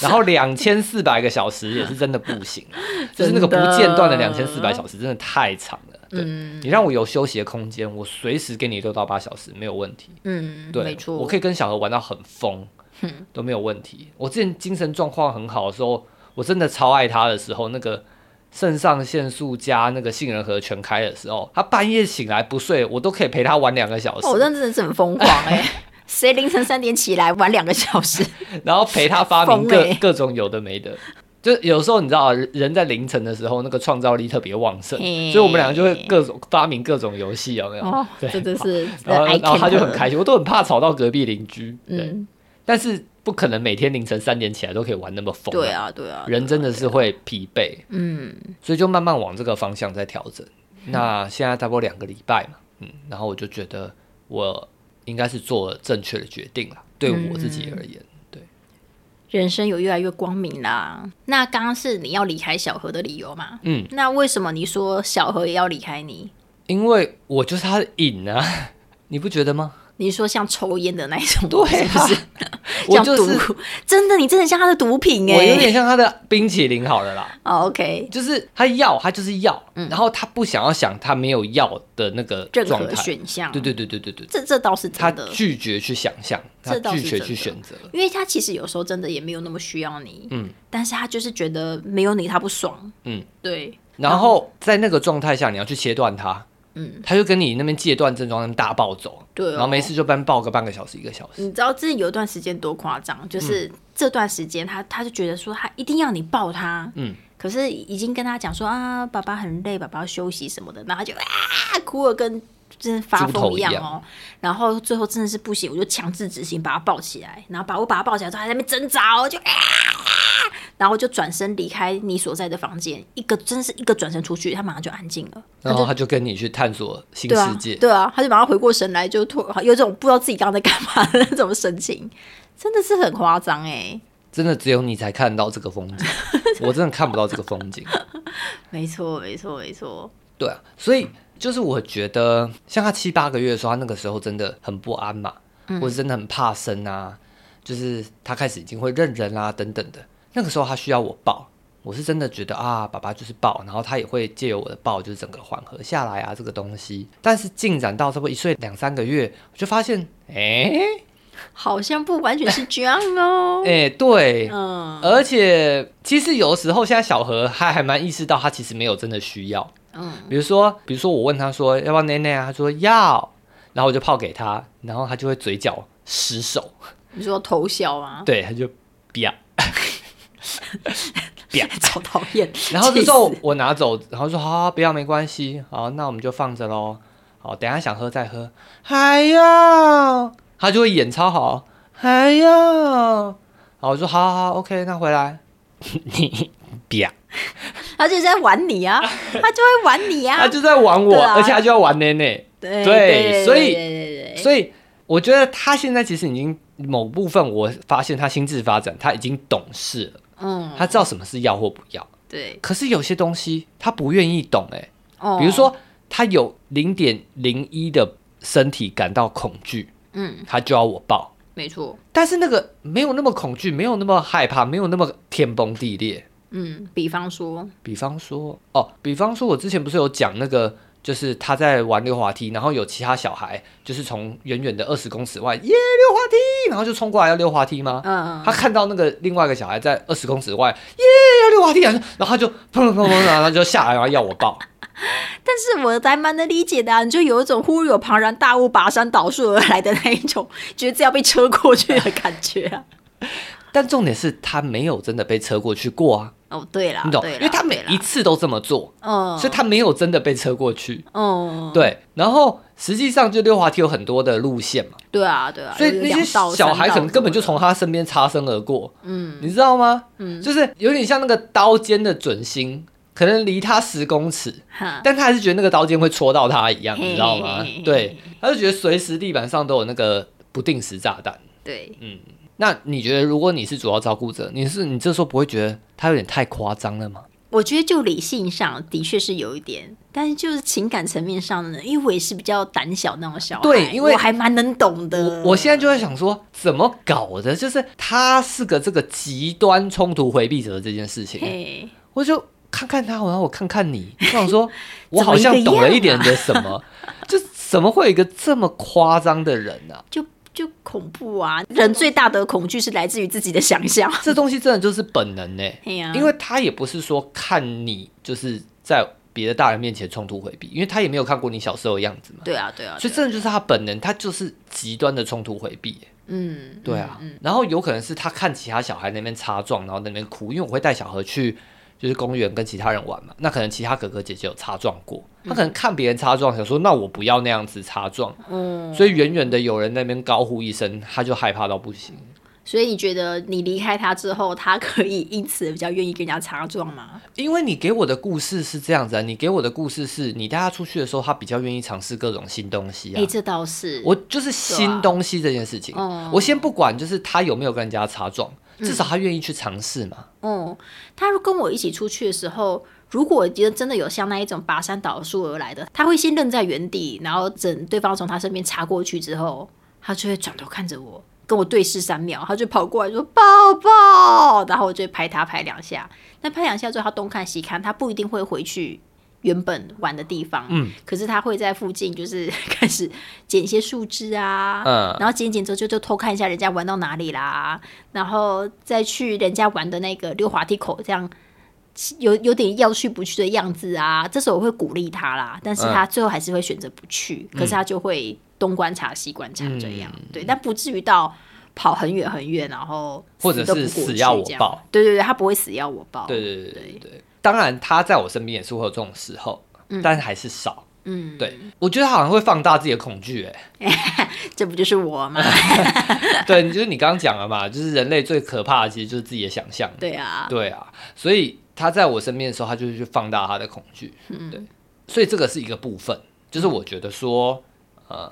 B: 然后两千四百个小时也是真的不行，啊 就是那个不间断的两千四百小时真的太长了。对、
A: 嗯
B: 你让我有休息的空间，我随时给你六到八小时没有问题。
A: 嗯，
B: 对，
A: 没错，
B: 我可以跟小何玩到很疯，都没有问题。我之前精神状况很好的时候，我真的超爱他的时候，那个肾上腺素加那个杏仁核全开的时候，他半夜醒来不睡，我都可以陪他玩两个小时。
A: 哦，我真的是很疯狂哎、 谁凌晨三点起来玩两个小时？
B: 然后陪他发明
A: 疯
B: 各、
A: 欸
B: 各种有的没的。就有时候你知道啊，人人在凌晨的时候，那个创造力特别旺盛，
A: 嘿
B: 所以我们两个就会各种发明各种游戏，有没有？
A: 哦，
B: 对
A: 真的是，
B: 然后
A: I
B: 然后他
A: can't
B: 就很开心，我都很怕吵到隔壁邻居。对，
A: 嗯，
B: 但是不可能每天凌晨三点起来都可以玩那么疯、
A: 对，啊，对啊，
B: 人真的是会疲惫，
A: 嗯，
B: 所以就慢慢往这个方向在调整。那现在差不多两个礼拜嘛，嗯，然后我就觉得我应该是做了正确的决定了，对我自
A: 嗯
B: 己而言，对。
A: 人生有越来越光明啦。那刚刚是你要离开小何的理由嘛？
B: 嗯，
A: 那为什么你说小何也要离开你？
B: 因为我就是他的瘾啊， 你不觉得吗？
A: 你说像抽烟的那一种，
B: 对啊
A: 是不是？
B: 我
A: 像
B: 就是
A: 毒，真的，你真的像他的毒品
B: 我有
A: 哎、
B: 点像他的冰淇淋好了啦，
A: 哦 OK，
B: 就是他要他就是要，然后他不想要想他没有要的那个
A: 嗯任
B: 状
A: 何
B: 态，
A: 选项，
B: 对对对对对对，
A: 这这倒是
B: 他
A: 真的，
B: 拒绝去想象，他
A: 这倒
B: 拒
A: 是
B: 绝
A: 真的
B: 去选择，
A: 因为他其实有时候真的也没有那么需要你，
B: 嗯，
A: 但是他就是觉得没有你他不爽，
B: 嗯，
A: 对，
B: 然后在那个状态下你要去切断他，
A: 嗯，
B: 他就跟你那边戒断症状那边大暴走，
A: 对哦嗯
B: 然后没事就搬抱个半个小时一个小时，
A: 你知道之前有一段时间多夸张，
B: 嗯
A: 就是这段时间他他就觉得说他一定要你抱他，
B: 嗯，
A: 可是已经跟他讲说啊，爸爸很累，爸爸要休息什么的，然后他就啊哭了跟。真的发
B: 猪头
A: 疯
B: 一
A: 样
B: 样
A: 哦，然后最后真的是不行，我就强制执行把他抱起来，然后把我把他抱起来之后还在那边挣扎哦，就啊，然后就转身离开你所在的房间，一个真是一个转身出去，他马上就安静了，
B: 然后他就跟你去探索新
A: 对
B: 世
A: 啊
B: 界，，
A: 对啊，他就马上回过神来，就突有种不知道自己刚刚在干嘛的那种神情，真的是很夸张哎。
B: 真的只有你才看到这个风 景，我真的看不到这个风景。
A: 没错，没错，没错。
B: 对啊，所以就是我觉得，像他七八个月的时候，他那个时候真的很不安嘛，或者真的很怕生啊，就是他开始已经会认人啦、等等的。那个时候他需要我抱，我是真的觉得啊，爸爸就是抱，然后他也会借由我的抱，就是整个缓和下来啊，这个东西。但是进展到差不多一岁两三个月，我就发现，哎、
A: 好像不完全 是这样哦。
B: 哎、对，
A: 嗯
B: 而且其实有时候现在小何他还蛮意识到他其实没有真的需要，
A: 嗯，
B: 比如说比如说我问他说要不要奶奶啊，他说要，然后我就泡给他，然后他就会嘴角失手，
A: 你说偷笑 啊？
B: 对，他就啪，啊
A: 对，超讨厌。
B: 然后这
A: 气
B: 时候
A: 死
B: 我拿走，然后说好、啊，不要没关系，好，那我们就放着喽，好，等一下想喝再喝，还要，他就会演超好，还要，好，我说好好好，OK，那回来， 你啪。
A: 他就是在玩你啊，他就会玩你
B: 他
A: 啊。
B: 就在玩我，
A: 对啊
B: 而且他就要玩奶奶，
A: 对
B: 对所以
A: 对对对对
B: 所以我觉得他现在其实已经某部分，我发现他心智发展，他已经懂事了，
A: 嗯，
B: 他知道什么是要或不要，
A: 对，
B: 可是有些东西他不愿意懂、欸，
A: 哦，
B: 比如，说他有零点零一的身体感到恐惧，
A: 嗯，
B: 他就要我抱，
A: 没错，
B: 但是那个没有那么恐惧，没有那么害怕，没有那么天崩地裂。
A: 嗯，比方说，
B: 比方说，哦，比方说，我之前不是有讲那个，就是他在玩溜滑梯，然后有其他小孩，就是从远远的二十公尺外，耶，溜滑梯，然后就冲过来要溜滑梯吗？
A: 嗯，
B: 他看到那个另外一个小孩在二十公尺外，耶，要溜滑梯，然后然后他就砰砰砰砰，然后他就下来，然后要我抱。
A: 但是我还蛮能理解的、啊，你就有一种忽有庞然大物拔山倒树而来的那一种，觉得这要被车过去的感觉啊。
B: 但重点是他没有真的被车过去过啊，
A: 哦，对啦，
B: 你懂？
A: 对啦
B: 因为他每
A: 对啦
B: 一次都这么做，
A: 嗯，
B: 所以他没有真的被车过去。
A: 嗯，
B: 对，然后实际上就溜滑梯有很多的路线嘛，
A: 对啊，对啊，
B: 所以
A: 有
B: 那些
A: 两道
B: 小孩可能根本就
A: 三道
B: 从他身边擦身而过，
A: 什么的嗯
B: 你知道吗？
A: 嗯，
B: 就是有点像那个刀尖的准心，可能离他十公尺，
A: 哈，
B: 但他还是觉得那个刀尖会戳到他一样，你知道吗
A: 啊嘿嘿嘿嘿？
B: 对，他就觉得随时地板上都有那个不定时炸弹。
A: 对，
B: 那你觉得，如果你是主要照顾者，你是你这时候不会觉得他有点太夸张了吗？
A: 我觉得就理性上的确是有一点，但是就是情感层面上呢，因为我也是比较胆小那种小孩，
B: 对因为
A: 我还蛮能懂的。
B: 我我现在就在想说，怎么搞的？就是他是个这个极端冲突回避者的这件事情，
A: 嘿，
B: 我就看看他，然后我看看你，我想 说，我好像懂了一啊点的什么， 就怎么会有一个这么夸张的人呢、啊？
A: 就就恐怖啊！人最大的恐惧是来自于自己的想象。
B: 这东西真的就是本能呢、
A: 嘿呀、
B: 因为他也不是说看你就是在别的大人面前冲突回避，因为他也没有看过你小时候的样子嘛。
A: 对啊，对啊，
B: 所以
A: 对啊
B: 真的就是他本能，他就是极端的冲突回避。
A: 嗯，
B: 对啊，然后有可能是他看其他小孩那边擦撞，然后那边哭，因为我会带小何去就是公园跟其他人玩嘛，那可能其他哥哥姐姐有擦撞过，他可能看别人擦撞，想说那我不要那样子擦撞，
A: 嗯，
B: 所以远远的有人那边高呼一声，他就害怕到不行。
A: 所以你觉得你离开他之后，他可以因此比较愿意跟人家擦撞吗？
B: 因为你给我的故事是这样子啊，你给我的故事是你带他出去的时候，他比较愿意尝试各种新东西
A: 哎、
B: 啊。
A: 这倒是，
B: 我就是新东西这件事情，
A: 对啊
B: 我先不管，就是他有没有跟人家擦撞，至少他愿意去尝试嘛。
A: 哦、他如跟我一起出去的时候，如果我觉得真的有像那一种跋山倒树而来的，他会先愣在原地，然后等对方从他身边插过去之后，他就会转头看着我，跟我对视三秒，他就跑过来说抱抱，然后我就拍他拍两下。那拍两下之后，他东看西看，他不一定会回去。原本玩的地方，嗯，可是他会在附近，就是 开始捡一些树枝啊，
B: 嗯
A: 然后捡一捡之后就就偷看一下人家玩到哪里啦，然后再去人家玩的那个溜滑梯口，这样有有点要去不去的样子啊。这时候我会鼓励他啦，但是
B: 嗯
A: 他最后还是会选择不去，可是他就会东观察西观察这样，
B: 嗯
A: 对，但不至于到跑很远很远，然后
B: 或者
A: 死都
B: 是
A: 不过
B: 死
A: 去
B: 要我
A: 这样
B: 抱，
A: 对对对，他不会死要我抱，
B: 对对对对对。当然，他在我身边也是会有这种时候，但还是少。
A: 嗯，
B: 对，我觉得他好像会放大自己的恐惧、欸。
A: 这不就是我 吗？
B: 哎，对，就是你刚刚讲了嘛，就是人类最可怕的其实就是自己的想象。
A: 对啊，
B: 对啊，所以他在我身边的时候，他就是去放大他的恐惧。对，所以这个是一个部分，就是我觉得说，呃，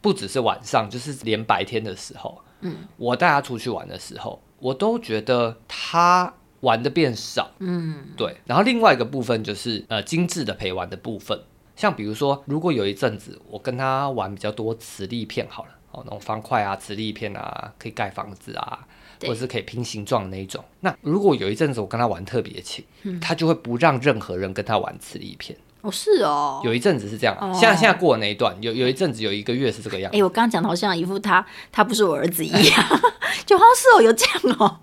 B: 不只是晚上，就是连白天的时候，嗯，我带他出去玩的时候，我都觉得他玩的变少。
A: 嗯
B: 对，然后另外一个部分就是呃精致的陪玩的部分，像比如说，如果有一阵子我跟他玩比较多磁力片好了，哦那种方块啊、磁力片啊，可以盖房子啊，或
A: 对
B: 者是可以拼形状的那一种。那如果有一阵子我跟他玩特别勤，
A: 嗯
B: 他就会不让任何人跟他玩磁力片。
A: 哦是哦，
B: 有一阵子是这样啊，
A: 哦
B: 现在现在过了那一段，有有一阵子有一个月是这个样
A: 哎、
B: 子。
A: 我刚刚讲的好像一副他他不是我儿子一样， 就好像是哦，有这样哦，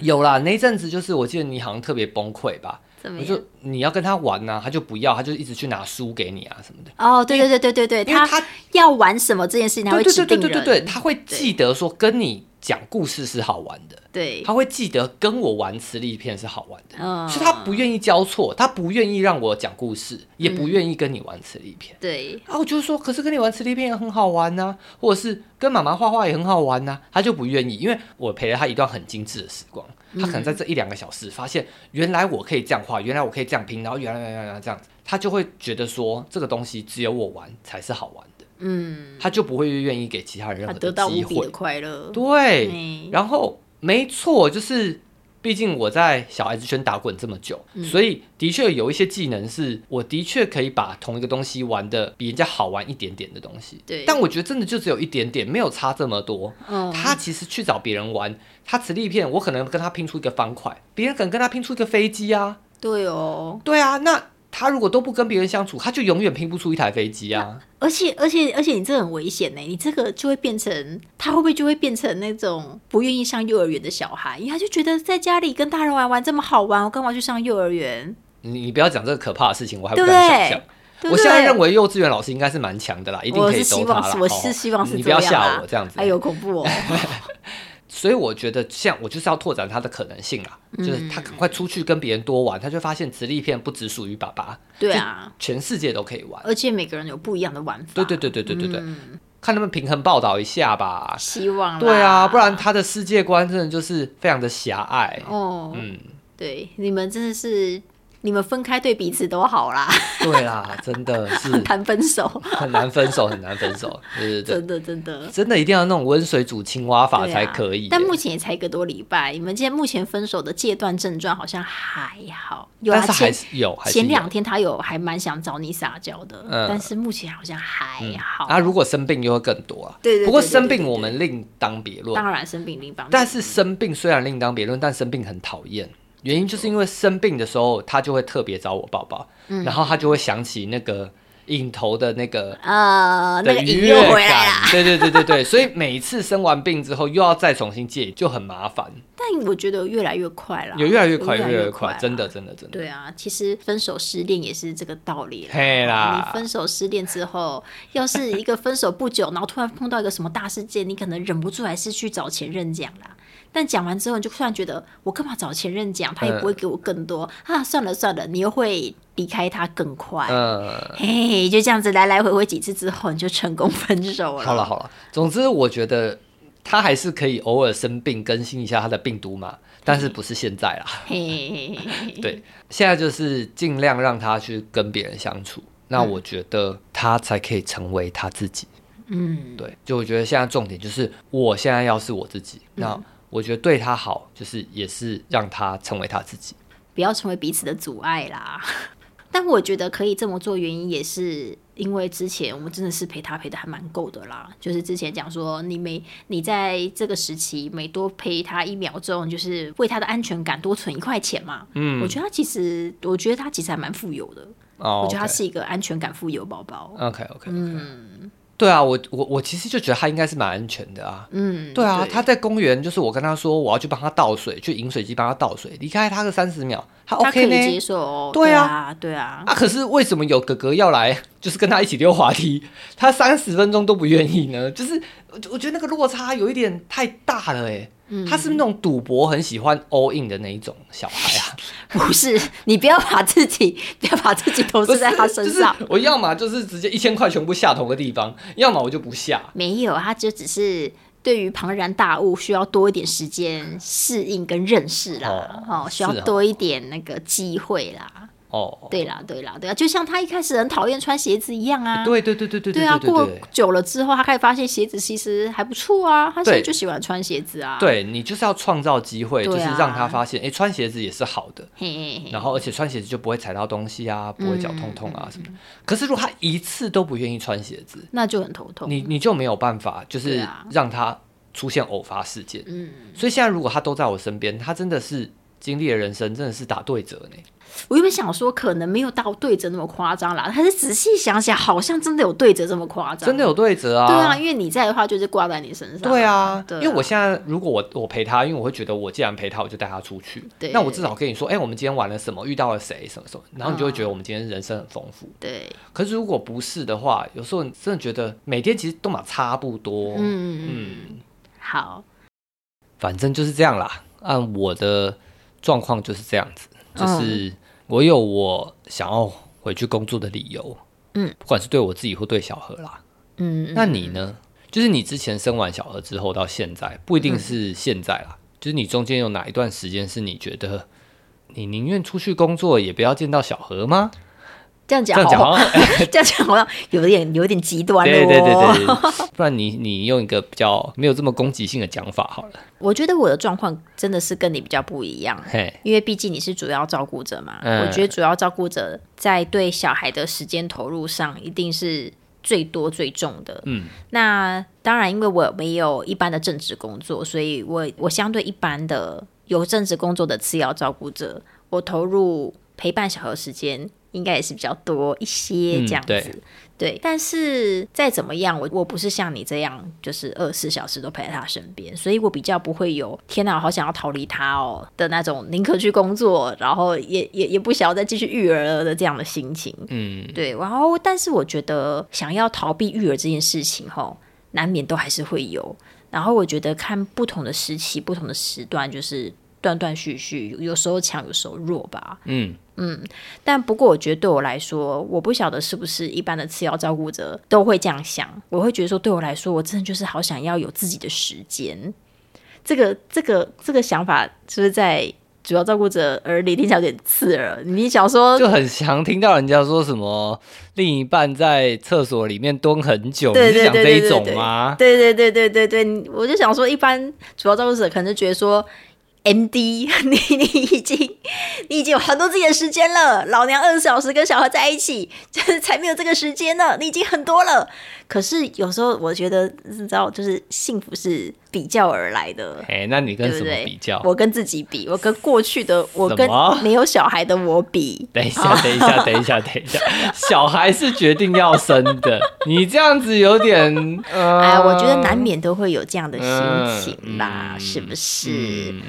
B: 有啦，那一阵子就是我记得你好像特别崩溃吧？
A: 怎么
B: 我
A: 样？
B: 就你要跟他玩啊呐、他就不要，他就一直去拿书给你啊什么的。
A: 哦，对对对对对对，
B: 因为他
A: 要玩什么这件事情，他会
B: 对
A: 指
B: 对对
A: 定
B: 对
A: 人，
B: 对对，他会记得说跟你讲故事是好玩的，
A: 对
B: 他会记得跟我玩磁力片是好玩的，
A: 嗯，
B: 所以他不愿意交错，他不愿意让我讲故事，
A: 嗯
B: 也不愿意跟你玩磁力片。
A: 对
B: 啊，我就说，可是跟你玩磁力片也很好玩呐、或者是跟妈妈画画也很好玩呐、啊他就不愿意，因为我陪了他一段很精致的时光，
A: 嗯
B: 他可能在这一两个小时发现，原来我可以这样画，原来我可以这样拼，然后原来原来原来这样子，他就会觉得说，这个东西只有我玩才是好玩的，
A: 嗯，
B: 他就不会愿意给其他人任
A: 他
B: 何
A: 得到
B: 的
A: 无
B: 机
A: 比
B: 会
A: 的。快乐，
B: 对，
A: 嗯
B: 然后没错，就是毕竟我在小孩子圈打滚这么久，
A: 嗯
B: 所以的确有一些技能是我的确可以把同一个东西玩的比人家好玩一点点的东西。
A: 对
B: 但我觉得真的就只有一点点，没有差这么多。
A: 嗯
B: 他其实去找别人玩，他磁力片，我可能跟他拼出一个方块，别人可能跟他拼出一个飞机啊。
A: 对哦，
B: 对啊，那他如果都不跟别人相处，他就永远拼不出一台飞机啊。
A: 而且而且而且你这很危险呢，你这个就会变成他会不会就会变成那种不愿意上幼儿园的小孩，因为他就觉得在家里跟大人玩玩这么好玩，我干嘛去上幼儿园？
B: 你你不要讲这个可怕的事情，我还不
A: 对不
B: 敢
A: 对
B: 想象。
A: 对不
B: 我
A: 对
B: 现在认为幼稚园老师应该是蛮强的啦，一定
A: 我
B: 可以
A: 是
B: 兜
A: 希
B: 他
A: 望
B: 啦。
A: 是，我
B: 哦
A: 是希望是
B: 你
A: 这
B: 不
A: 样
B: 要
A: 啦
B: 吓我这样子。
A: 哎呦，恐怖 哦！
B: 所以我觉得像我就是要拓展他的可能性啦，就是
A: 嗯
B: 他赶快出去跟别人多玩，他就发现磁力片不只属于爸爸，
A: 对啊，
B: 全世界都可以玩。
A: 而且每个人有不一样的玩法。嗯
B: 对对对对对对对，看他们平衡报道一下吧。
A: 希望啦
B: 对啊，不然他的世界观真的就是非常的狭隘。
A: 哦，
B: 嗯，
A: 对，你们真的是你们分开对彼此都好啦，
B: 对啦，真的 是
A: 谈分手，
B: 很难分手，很难分手。 对对对，
A: 真的真的。
B: 真的一定要那种温水煮青蛙法
A: 对
B: 才
A: 啊
B: 可以耶。
A: 但目前也才一个多礼拜，你们现在目前分手的戒断症状好像还好，有啊，
B: 但是还
A: 前
B: 是有，还是
A: 前
B: 有
A: 两天他有还蛮想找你撒娇的，
B: 嗯
A: 但是目前好像还好。
B: 啊，如果生病又会更多啊。
A: 对对对
B: 不过
A: 对对
B: 生
A: 对
B: 病
A: 对
B: 我们另当别论。
A: 当然生病另当别论，
B: 但是生病虽然另当别论，但生病很讨厌。原因就是因为生病的时候，他就会特别找我抱抱，
A: 嗯
B: 然后他就会想起那个影头的那个
A: 呃，那
B: 的
A: 个
B: 愉
A: 引
B: 悦
A: 诱
B: 感。
A: 回来啊啦。
B: 对对对对对，所以每一次生完病之后又要再重新戒，就很麻烦。
A: 但我觉得越来越快了，
B: 有越来越快，
A: 有
B: 越来
A: 越
B: 越快，真
A: 啦。
B: 的真的真的。
A: 对啊，其实分手失恋也是这个道理啦。
B: 嘿啦
A: 你分手失恋之后， 要是一个分手不久，然后突然碰到一个什么大事件，你可能忍不住还是去找前任讲啦。但讲完之后，你就突然觉得，我干嘛找前任讲？他也不会给我更多、啊！算了算了，你又会离开他更快。
B: 嗯，
A: 嘿嘿，就这样子来来回回几次之后，你就成功分手了。
B: 好了好了，总之我觉得他还是可以偶尔生病更新一下他的病毒嘛，但是不是现在啦。
A: 嘿嘿嘿嘿，
B: 对，现在就是尽量让他去跟别人相处，那我觉得他才可以成为他自己。
A: 嗯，
B: 对，就我觉得现在重点就是，我现在要是我自己，
A: 嗯
B: 那我觉得对他好，就是也是让他成为他自己。
A: 不要成为彼此的阻碍啦。 但我觉得可以这么做，原因也是因为之前我们真的是陪他陪的还蛮够的啦。就是之前讲说，你每你在这个时期每多陪他一秒钟，就是为他的安全感多存一块钱嘛。嗯，我觉得他其实，我觉得他其实还蛮富有的。
B: 哦，
A: 我觉得他是一个安全感富有宝宝。
B: OK OK，嗯。对啊，我我我其实就觉得他应该是蛮安全的啊。
A: 嗯，
B: 对啊，他在公园，就是我跟他说我要去帮他倒水，去饮水机帮他倒水，离开他个三十秒，他
A: 嗯他可
B: OK
A: 以接
B: 呢。
A: 受哦。
B: 对
A: 啊，对啊，
B: 啊，可是为什么有哥哥要来，就是跟他一起溜滑梯，他三十分钟都不愿意呢？就是我我觉得那个落差有一点太大了哎。
A: 嗯
B: 他是不是那种赌博很喜欢 all in 的那一种小孩 啊？
A: 不是，你不要把自己不要把自己投射在他身上。
B: 就是我要么就是直接一千块全部下同个地方，要么我就不下。
A: 没有，他就只是对于庞然大物需要多一点时间适应跟认识啦，
B: 哦
A: 哦，需要
B: 是哦
A: 多一点那个机会啦，
B: 哦，
A: 对啦，对啦，对啊，就像他一开始很讨厌穿鞋子一样啊。
B: 对对对对对
A: 对
B: 对
A: 啊，
B: 对
A: 过
B: 对。
A: 久了之后，他开始发现鞋子其实还不错啊，他现在
B: 对
A: 就喜欢穿鞋子啊。，
B: 对你就是要创造机会，就
A: 对
B: 是
A: 啊
B: 让他发现，哎、穿鞋子也是好的，
A: 嘿嘿嘿，
B: 然后而且穿鞋子就不会踩到东西啊，
A: 嗯
B: 不会脚痛痛啊什么的。可是如果他一次都不愿意穿鞋子，
A: 那就很头痛。
B: 你你就没有办法，就是
A: 嗯对啊嗯
B: 让他出现偶发事件。所以现在如果他都在我身边，他真的是经历了人生，真的是打对折呢。
A: 我原本想说，可能没有到对折那么夸张啦，但是仔细想想，好像真的有对折这么夸张。
B: 真的有对折
A: 对啊，因为你在的话，就是挂在你身上。
B: 对啊，
A: 对
B: 因为我现在如果我我陪他，因为我会觉得我既然陪他，我就带他出去
A: 对，
B: 那我至少跟你说，哎、我们今天玩了什么，遇到了谁，什么什么，然后你就会觉得我们今天人生很丰富。
A: 对。
B: 可是如果不是的话，有时候你真的觉得每天其实都嘛差不多，
A: 嗯，嗯，好，
B: 反正就是这样啦。按我的状况就是这样子，就是
A: 嗯
B: 我有我想要回去工作的理由，
A: 嗯，
B: 不管是对我自己或对小何啦。
A: 嗯，
B: 那你呢？就是你之前生完小何之后到现在，不一定是现在啦，就是你中间有哪一段时间是你觉得你宁愿出去工作也不要见到小何吗？
A: 这样
B: 这
A: 讲
B: 样讲
A: 好，
B: 好像
A: 这样讲好像有点有点极端了、哦。
B: 对对对对对，不然你你用一个比较没有这么攻击性的讲法好了，
A: 我觉得我的状况真的是跟你比较不一样，
B: 嘿，
A: 因为毕竟你是主要照顾者嘛。
B: 嗯
A: 我觉得主要照顾者在对小孩的时间投入上，一定是最多最重的。
B: 嗯，
A: 那当然，因为我没有一般的正职工作，所以我我相对一般的有正职工作的次要照顾者，我投入陪伴小孩的时间应该也是比较多一些
B: 嗯
A: 这样子。
B: 对
A: 对，但是再怎么样，我我不是像你这样，就是二十四小时都陪在他身边，所以我比较不会有天哪，好想要逃离他哦的那种，宁可去工作，然后也也也不想要再继续育儿了的这样的心情。
B: 嗯，
A: 对，然后但是我觉得想要逃避育儿这件事情，吼，难免都还是会有。然后我觉得看不同的时期、不同的时段，就是断断续续，有有时候强，有时候弱吧。
B: 嗯
A: 但不过，我觉得对我来说，我不晓得是不是一般的次要照顾者都会这样想。我会觉得说，对我来说，我真的就是好想要有自己的时间。这个、这个、这个想法，是不是在主要照顾者耳里听起来有点刺耳？你想说，
B: 就很常听到人家说什么另一半在厕所里面蹲很久，
A: 对
B: 你
A: 对
B: 是讲
A: 对
B: 这
A: 对
B: 一
A: 对
B: 种
A: 对
B: 吗？
A: 对对对对对对，你我就想说，一般主要照顾者可能就觉得说，M D，你 你已经你已经有很多自己的时间了，老娘二十小时跟小孩在一起，就是才没有这个时间呢，你已经很多了。可是有时候我觉得，你知道，就是幸福是比较而来的。
B: 哎、那你跟
A: 对
B: 什
A: 不
B: 么
A: 对？
B: 比较？
A: 我跟自己比，我跟过去的我
B: 什
A: 跟
B: 么
A: 没有小孩的我比，
B: 等一下，等一下，等一下，等一下，小孩是决定要生 的，你这样子有点，呃、
A: 哎，我觉得难免都会有这样的
B: 嗯
A: 心情啦，
B: 嗯
A: 是不是？
B: 嗯。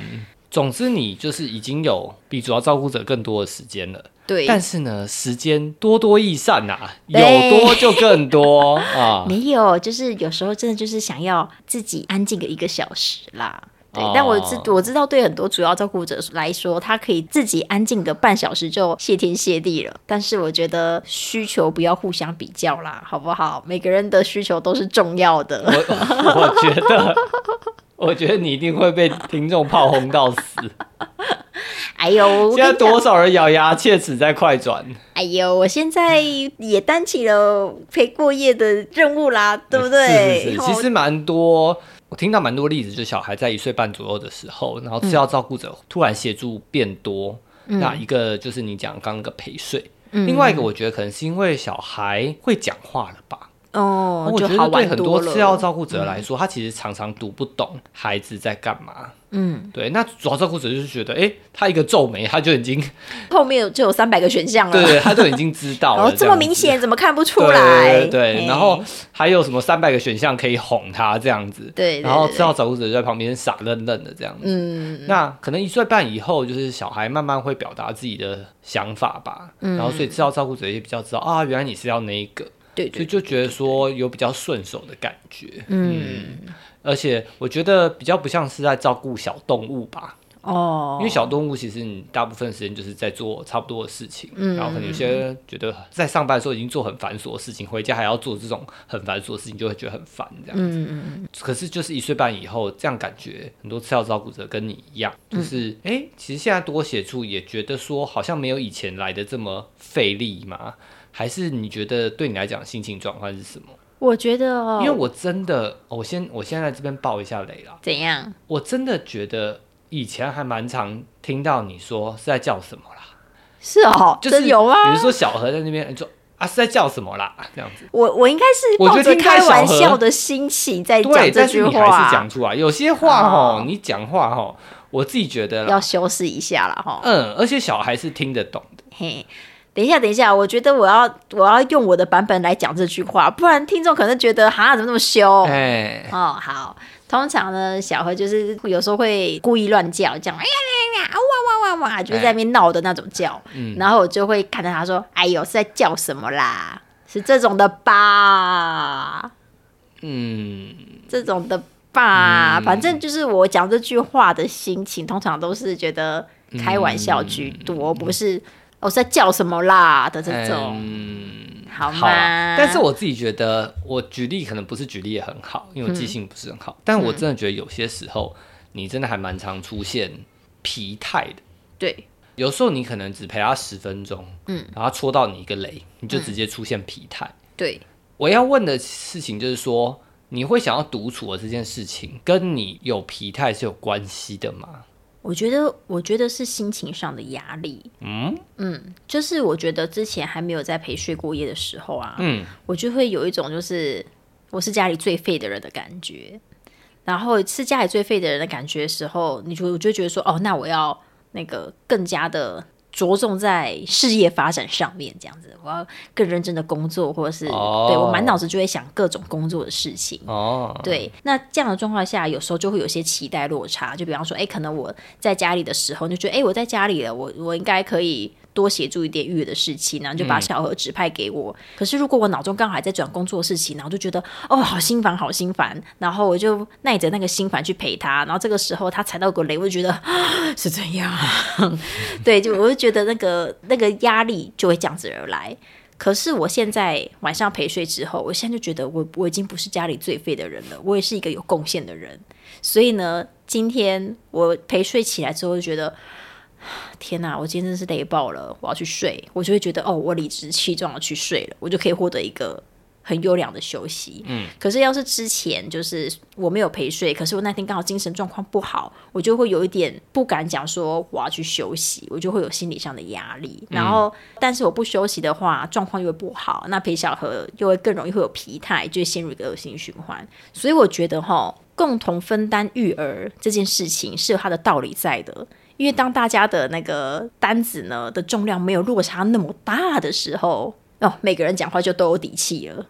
B: 总之，你就是已经有比主要照顾者更多的时间了，
A: 对，
B: 但是呢，时间多多益善呐、啊有
A: 对
B: 多就 更多啊。
A: 没有，就是有时候真的就是想要自己安静个一个小时啦。对，
B: 哦
A: 但我知我知道，对很多主要照顾者来说，他可以自己安静个半小时就谢天谢地了。但是我觉得需求不要互相比较啦，好不好？每个人的需求都是重要
B: 我
A: 的。
B: 我觉得， 我觉得你一定会被听众炮轰到死。
A: 哎呦，我
B: 现在
A: 跟你讲
B: 多少人咬牙切齿在快转？
A: 哎呦，我现在也担起了陪过夜的任务啦，对不对？
B: 是是是，
A: 哦
B: 其实蛮多，我听到蛮多例子，就是小孩在一岁半左右的时候，然后次要照顾者突然协助变多。
A: 嗯
B: 那一个就是你讲刚刚那个陪睡，另外一个我觉得可能是因为小孩会讲话了吧。
A: 哦，
B: 我
A: 就
B: 觉
A: 好
B: 得对
A: 玩
B: 很
A: 多
B: 多
A: 了。
B: 次要照顾者来说，他其实常常读不懂孩子在干嘛。
A: 嗯，
B: 对，那主要照顾者就是觉得，哎、他一个皱眉，他就已 经，
A: 后面就有三百个选项了。
B: 对对，他就已经知
A: 然
B: 道了。
A: 后
B: 哦这
A: 这么
B: 样
A: 明
B: 子
A: 显，怎么看不出
B: 对
A: 来？
B: 对对对，
A: 嘿
B: 然后还有什么三百个选项可以哄他这样子，
A: 对对
B: 然后
A: 对
B: 只好照顾者就在旁边傻愣愣的这样子。
A: 嗯，
B: 那可能一岁半以后，就是小孩慢慢会表达自己的想法吧，
A: 嗯
B: 然后所以知道照顾者也比较知道啊，原来你是要那一个，
A: 对
B: 所
A: 对，
B: 以就觉得说有比较顺手的感觉，
A: 嗯，
B: 而且我觉得比较不像是在照顾小动物吧，
A: 哦
B: 因为，小动物其实你大部分时间就是在做差不多的事情，
A: 嗯
B: 然后可能有些觉得在上班的时候已经做很繁琐的事情，回家还要做这种很繁琐的事情，就会觉得很烦这样。
A: 嗯嗯
B: 可是就是一岁半以后，这样感觉很多次要照顾者跟你一样，
A: 嗯
B: 就是哎、诶其实现在多写处也觉得说好像没有以前来的这么费力嘛。还是你觉得对你来讲心情转换是什么？
A: 我觉得哦，
B: 因为我真的，哦我先我先在这边爆一下雷啦。
A: 怎样？
B: 我真的觉得以前还蛮常听到你说是在叫什么啦，
A: 是哦，
B: 就是
A: 真有
B: 比
A: 啊
B: 如。说小何在那边你说啊是在叫什么啦这样子，
A: 我我应该是
B: 我觉
A: 抱
B: 得
A: 着
B: 应该
A: 开
B: 小
A: 玩
B: 何
A: 笑的心情在哎讲
B: 对，
A: 这
B: 但
A: 句
B: 是
A: 话，啊
B: 你还是讲出来。有些话哦
A: 哦，
B: 你讲话哦，我自己觉得啦
A: 要修饰一下了哈。
B: 嗯，而且小孩是听得懂的，
A: 嘿，等一下，等一下，我觉得我要我要用我的版本来讲这句话，不然听众可能觉得哈怎么那么凶。
B: 哎，
A: 哦，好。通常呢，小何就是有时候会故意乱叫，这样哎呀呀呀，哇哇哇哇，就是在那边闹的那种叫。
B: 哎嗯
A: 然后我就会看着他说：“哎呦，是在叫什么啦？是这种的吧？
B: 嗯，
A: 这种的吧？反正就是我讲这句话的心情，通常都是觉得开玩笑
B: 嗯
A: 居多，不是我、哦、是在叫什么啦的这种，
B: 嗯
A: 好吗？
B: 好啦，但是我自己觉得，我举例可能不是举例也很好，因为我记性不是很好。但我真的觉得有些时候，你真的还蛮常出现疲态的。
A: 对，
B: 有时候你可能只陪他十分钟，嗯，然后戳到你一个雷，你就直接出现疲态。
A: 对，
B: 我要问的事情就是说，你会想要独处的这件事情，跟你有疲态是有关系的吗？
A: 我觉得，我觉得是心情上的压力。嗯嗯，就是我觉得之前还没有在陪睡过夜的时候啊，
B: 嗯，
A: 我就会有一种就是我是家里最废的人的感觉。然后是家里最废的人的感觉的时候，你就我就会觉得说，哦，那我要那个更加的着重在事业发展上面，这样子，我要更认真的工作，或者是、
B: 哦
A: 对我满脑子就会想各种工作的事情。
B: 哦，
A: 对，那这样的状况下，有时候就会有些期待落差。就比方说，哎，可能我在家里的时候，你就觉得，哎，我在家里了，我我应该可以多协助一点育儿的事情，然后就把小何指派给我。可是如果我脑中刚好还在转工作的事情，然后就觉得，哦，好心烦，好心烦，然后我就耐着那个心烦去陪他，然后这个时候他踩到个雷，我就觉得、啊、是这样，啊 对，就我就觉得那个那个压力就会这样子而来。可是我现在晚上陪睡之后，我现在就觉得我我已经不是家里最废的人了，我也是一个有贡献的人。所以呢，今天我陪睡起来之后，就觉得天哪，我今天真是累爆了，我要去睡，我就会觉得哦，我理直气壮的去睡了，我就可以获得一个。很优良的休息，嗯，可是要是之前就是我没有陪睡，可是我那天刚好精神状况不好，我就会有一点不敢讲说我要去休息，我就会有心理上的压力。然后，但是我不休息的话，状况又会不好，那陪小何又会更容易会有疲态，就会陷入一个恶性循环。所以我觉得哈，共同分担育儿这件事情是有它的道理在的。因为当大家的那个单子呢的重量没有落差那么大的时候，哦，每个人讲话就都有底气了。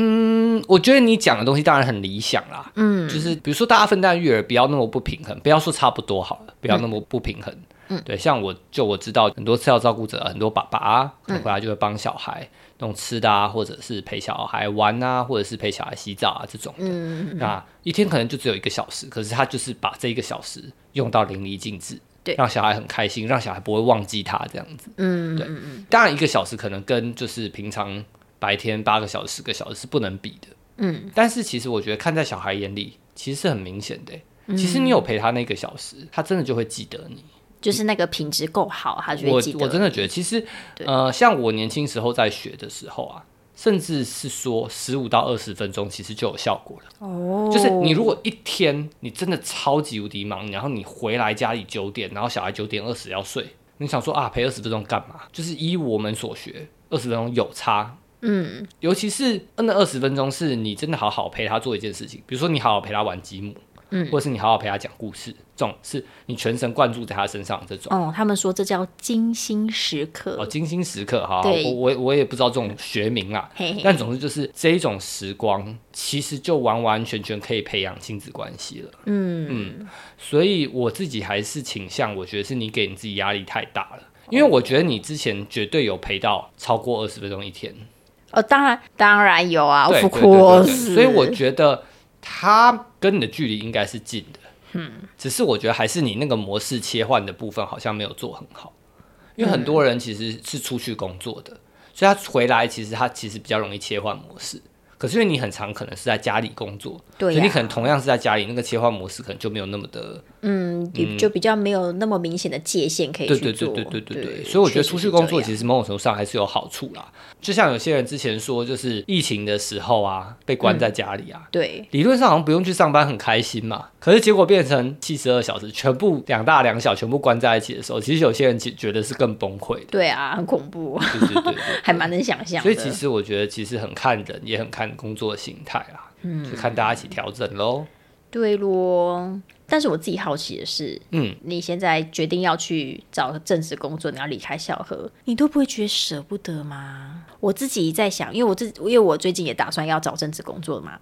B: 嗯我觉得你讲的东西当然很理想啦，嗯，就是比如说大家分担育儿不要那么不平衡，不要说差不多好了，不要那么不平衡。嗯，对，像我就我知道很多次要照顾者，很多爸爸啊，可能回来就会帮小孩弄吃的啊，或者是陪小孩玩啊，或者是陪小孩洗澡啊这种的。嗯，那一天可能就只有一个小时，可是他就是把这一个小时用到淋漓尽致，
A: 对
B: 让小孩很开心，让小孩不会忘记他这样子。
A: 嗯，
B: 对当然，一个小时可能跟就是平常白天八个小时、十个小时是不能比的。
A: 嗯，
B: 但是其实我觉得看在小孩眼里，其实是很明显的欸。其实你有陪他那个小时，他真的就会记得你。
A: 就是那个品质够好，他就
B: 我
A: 会记得。
B: 我真的觉得，其实呃，像我年轻时候在学的时候啊，甚至是说十五到二十分钟，其实就有效果了。
A: 哦
B: 就是你如果一天你真的超级无敌忙，然后你回来家里九点，然后小孩九点二十要睡，你想说啊陪二十分钟干嘛？就是依我们所学，二十分钟有差。嗯，尤其是那二十分钟是你真的好好陪他做一件事情，比如说你好好陪他玩积木，嗯，或者是你好好陪他讲故事，这种是你全神贯注在他身上的这种。
A: 哦，他们说这叫精心时刻。
B: 哦，精心时刻哈，好
A: 对
B: 我我我也不知道这种学名啦，
A: 嘿嘿
B: 但总之就是这一种时光，其实就完完全全可以培养亲子关系了。嗯所以我自己还是倾向，我觉得是你给你自己压力太大了，因为我觉得你之前绝对有陪到超过二十分钟一天，
A: 哦，当然当然有啊
B: 对
A: ，of
B: 对对对
A: course。
B: 对所以我觉得他跟你的距离应该是近的，嗯，只是我觉得还是你那个模式切换的部分好像没有做很好，因为很多人其实是出去工作的，所以他回来其实他其实比较容易切换模式。可是因为你很常可能是在家里工作，
A: 对呀
B: 所以你可能同样是在家里，那个切换模式可能就没有那么的，
A: 嗯，就就比较没有那么明显的界限可以
B: 对
A: 去
B: 对对
A: 做。
B: 对对对对。所以我觉得出去工作
A: 实
B: 其实某种程度上还是有好处啦。就像有些人之前说，就是疫情的时候啊，被关在家里啊，
A: 对
B: 理论上好像不用去上班很开心嘛，可是结果变成七十二小时全部两大两小全部关在一起的时候，其实有些人其觉得是更崩溃的。
A: 对啊，很恐怖，
B: 对对对对，
A: 还蛮能想象的。
B: 所以其实我觉得其实很看人，也很看工作形态啦，嗯，就看大家一起调整喽。
A: 对咯。但是我自己好奇的是，
B: 嗯，
A: 你现在决定要去找正职工作，你要离开小何，你都不会觉得舍不得吗？我自己在想，因为我自因为我最近也打算要找正职工作嘛，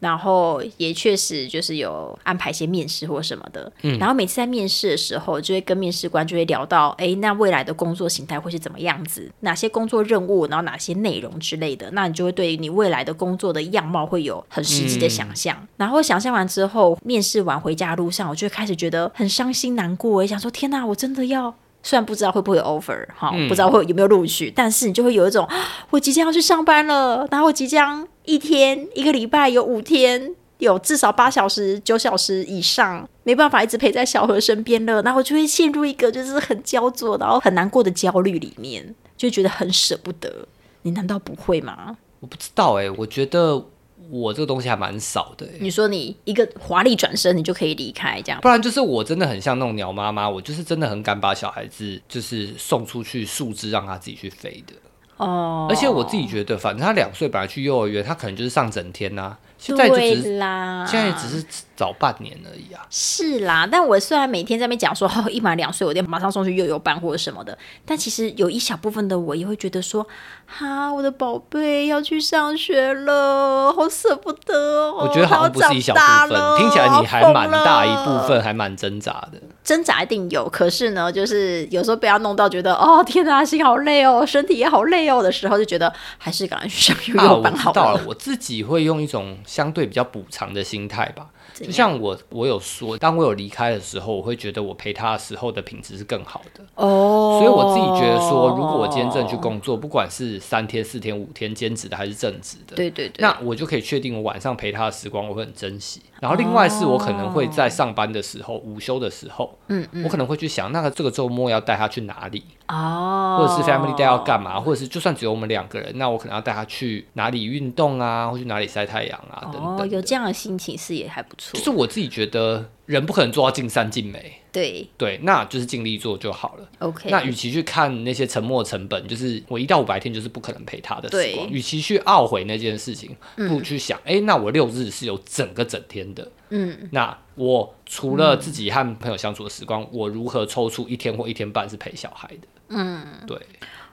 A: 然后也确实就是有安排一些面试或什么的，然后每次在面试的时候，就会跟面试官就会聊到，哎，那未来的工作形态会是怎么样子，哪些工作任务，然后哪些内容之类的，那你就会对你未来的工作的样貌会有很实际的想象。然后想象完之后，面试完回家的路上，我就会开始觉得很伤心难过，我想说，天哪，我真的要。虽然不知道会不会有 offer 哈、不知道会有没有录取，但是你就会有一种我即将要去上班了，然后我即将一天一个礼拜有五天有至少八小时、九小时以上没办法一直陪在小何身边了，然后就会陷入一个就是很焦灼，然后很难过的焦虑里面，就觉得很舍不得。你难道不会吗？
B: 我不知道哎、我觉得我这个东西还蛮少的、欸，
A: 你说你一个华丽转身，你就可以离开这样。
B: 不然就是我真的很像那种鸟妈妈，我就是真的很敢把小孩子就是送出去树枝让他自己去飞的。
A: 哦，
B: 而且我自己觉得，反正他两岁本来去幼儿园，他可能就是上整天呐、啊现在就
A: 对
B: 只是
A: 啦，
B: 现在只是早半年而已啊。
A: 是啦，但我虽然每天在那边讲说，哦，一满两岁我就马上送去幼幼班或者什么的，但其实有一小部分的我也会觉得说，哈，我的宝贝要去上学了，好舍不得哦。
B: 我觉得好像不是一小部
A: 他要长大了
B: 分，听起来你还蛮大一
A: 好
B: 部
A: 疯了
B: 分，还蛮挣扎的。
A: 挣扎一定有，可是呢，就是有时候被他弄到觉得，哦，天哪，心好累哦，身体也好累哦的时候，就觉得还是赶快去上幼
B: 啊，
A: 幼
B: 我
A: 班好
B: 知道了，我自己会用一种相对比较补偿的心态吧。
A: 怎
B: 就
A: 样
B: 像我，我有说，当我有离开的时候，我会觉得我陪他的时候的品质是更好的。
A: 哦，
B: 所以我自己觉得说，如果我今天正去，工作，不管是三天、四天、五天兼职的还是正职的，
A: 对对对，
B: 那我就可以确定我晚上陪他的时光我会很珍惜。然后另外是我可能会在上班的时候、午休的时候，
A: 哦嗯
B: 我可能会去想，那个这个周末要带他去哪里，
A: 哦，
B: 或者是 family day 要干嘛，或者是就算只有我们两个人，那我可能要带他去哪里运动啊，或去哪里晒太阳啊，等
A: 哦，
B: 等
A: 有
B: 的。
A: 这样的心情是也还不错
B: 就。是我自己觉得人不可能做到尽善尽美，
A: 对
B: 对，那就是尽力做就好了。
A: ，OK。
B: 那与其去看那些沉没成本，就是我一到五白天就是不可能陪他的时
A: 对
B: 光，与其去懊悔那件事情，不如去想，哎、那我六日是有整个整天的，
A: 嗯，
B: 那我除了自己和朋友相处的时光，我如何抽出一天或一天半是陪小孩的？嗯，对，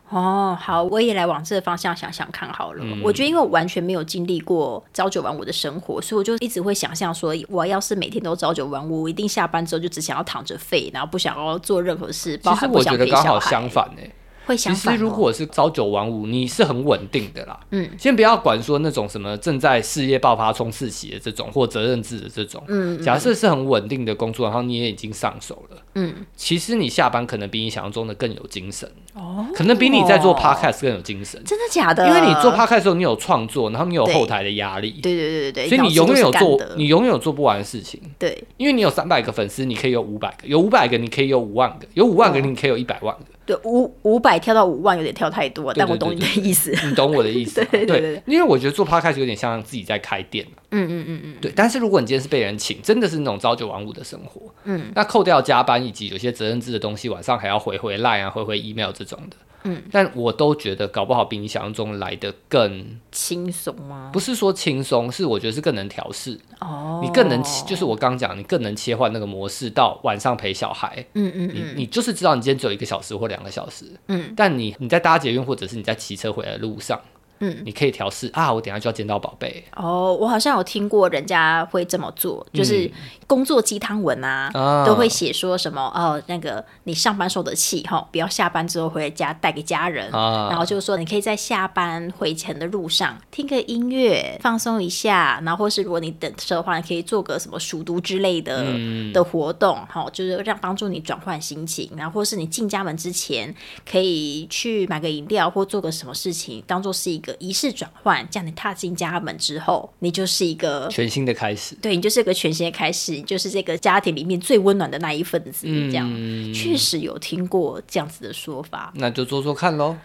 A: 哦，好，我也来往这个方向想想看好了。
B: 嗯
A: 我觉得，因为我完全没有经历过朝九晚五的生活，所以我就一直会想象说，我要是每天都朝九晚五，我一定下班之后就只想要躺着废，然后不想要做任何事，包
B: 其实
A: 含不
B: 我
A: 想
B: 觉得
A: 陪
B: 刚
A: 小
B: 好
A: 孩。
B: 相反呢、欸
A: 会
B: 其
A: 相
B: 实
A: 反、哦。
B: 如果是朝九晚五，你是很稳定的啦。
A: 嗯，
B: 先不要管说那种什么正在事业爆发、冲刺期的这种，或责任制的这种。嗯，假设是很稳定的工作，然后你也已经上手了。
A: 嗯，
B: 其实你下班可能比你想象中的更有精神哦，可能比你在做 podcast 更有精神，
A: 真的假的？
B: 因为你做 podcast 的时候，你有创作，然后你有
A: 对
B: 后台的压力，
A: 对对对对对，
B: 所以你
A: 脑子都
B: 永远
A: 是
B: 有
A: 干
B: 做
A: 的，
B: 你永远有做不完的事情。
A: 对
B: 因为你有三百个粉丝，你可以有五百个；有五百个，你可以有五万个；有五万个，你可以有一百万个。
A: 对五五百跳到五万有点跳太多，
B: 对
A: 但我
B: 对
A: 懂
B: 对
A: 你的意思。？
B: 你懂我的意思吗
A: 对对对
B: 因为我觉得做 podcast 有点像自己在开店、啊、
A: 嗯嗯嗯嗯，
B: 对。但是如果你今天是被人请，真的是那种朝九晚五的生活，
A: 嗯，
B: 那扣掉加班以及有些责任制的东西，晚上还要回回 line 啊，回回 email 这种的，
A: 嗯。
B: 但我都觉得搞不好比你想象中来的更，
A: 轻松吗？
B: 不是说轻松，是我觉得是更能调试，
A: 哦，
B: 你更能切就是我刚讲，你更能切换那个模式到晚上陪小孩。
A: 嗯嗯
B: 你你就是知道你今天只有一个小时或两个小时，
A: 嗯，
B: 但你你在搭捷运或者是你在骑车回来的路上，
A: 嗯，
B: 你可以调试啊，我等一下就要见到宝贝，
A: 哦，我好像有听过人家会这么做，就是工作鸡汤文啊，
B: 嗯啊
A: 都会写说什么哦，那个你上班受的气哈、不要下班之后回家带给家人，
B: 啊
A: 然后就是说你可以在下班回程的路上听个音乐放松一下，然后或是如果你等车的话，你可以做个什么熟读之类的、
B: 嗯
A: 的活动哈、就是让帮助你转换心情，然后或是你进家门之前可以去买个饮料或做个什么事情，当做是一个仪式转换，这样你踏进家门之后，你就是一个
B: 全新的开始。
A: 对你就是一个全新的开始，你就是这个家庭里面最温暖的那一份子。
B: 嗯
A: 这样、确实有听过这样子的说法。
B: 那就做做看喽。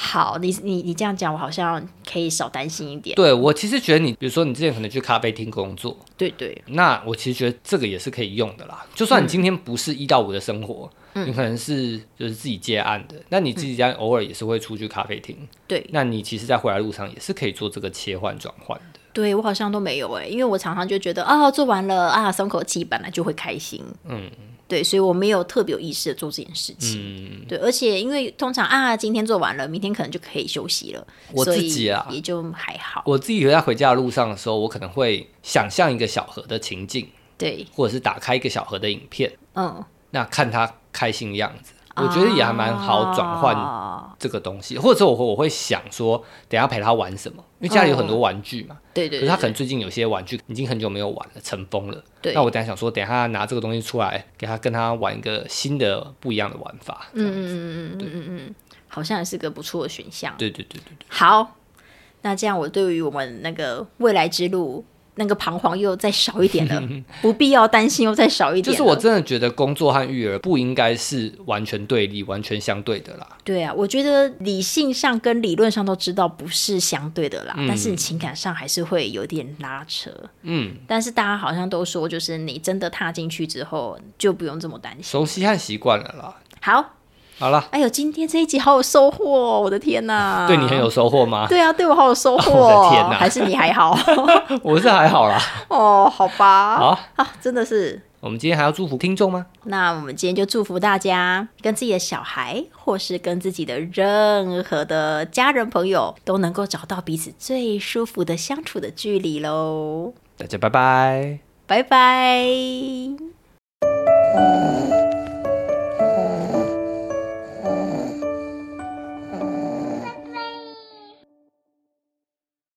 A: 好，你你你这样讲，我好像可以少担心一点。
B: 对我其实觉得你，比如说你之前可能去咖啡厅工作，
A: 对对
B: 那我其实觉得这个也是可以用的啦。就
A: 嗯
B: 算你今天不是一到五的生活，你可能是就是自己接案的，那你自己家偶尔也是会出去咖啡厅，
A: 嗯对
B: 那你其实，在回来路上也是可以做这个切换转换的。
A: 对，我好像都没有哎、因为我常常就觉得啊、做完了啊，松口气，本来就会开心。嗯，对，所以我没有特别有意识的做这件事情。
B: 嗯，
A: 对，而且因为通常啊，今天做完了，明天可能就可以休息了，
B: 我
A: 所
B: 自
A: 以
B: 己啊
A: 也就还好。
B: 我自己在回家的路上的时候，我可能会想象一个小河的情境，
A: 对，
B: 或者是打开一个小河的影片，
A: 嗯，
B: 那看他开心的样子，我觉得也还蛮好转换
A: 啊
B: 这个东西。或者我会我会想说，等一下陪他玩什么，因为家里有很多玩具嘛，
A: 对嗯对
B: 可
A: 对，
B: 是他可
A: 对
B: 能最近有些玩具已经很久没有玩了，尘封了。
A: 对
B: 那我等一下想说，等一下拿这个东西出来，给他跟他玩一个新的不一样的玩法。嗯，
A: 好像也是个不错的选项。
B: 对对对对对，
A: 好，那这样我对于我们那个未来之路那个彷徨又再少一点 了，不必要担心又再少一点
B: 就
A: 了。
B: 是我真的觉得工作和育儿不应该是完全对立、完全相对的啦。
A: 对啊，我觉得理性上跟理论上都知道不是相对的啦，但是你情感上还是会有点拉扯。
B: 嗯，
A: 但是大家好像都说，就是你真的踏进去之后，就不用这么担心。
B: 熟悉和习惯了啦。
A: 好，
B: 好啦，
A: 哎呦，今天这一集好有收获、哦，我的天哪！
B: 对你很有。收获吗？
A: 对啊，对我好有收获、哦
B: 我的天哪
A: 还是你还 好
B: 我是还好啦。
A: 哦？好吧，
B: 好，
A: 啊，真的是。
B: 我们今天还要祝福听众吗？
A: 那我们今天就祝福大家，跟自己的小孩，或是跟自己的任何的家人朋友，都能够找到彼此最舒服的相处的距离喽。
B: 大家拜拜。
A: 拜拜。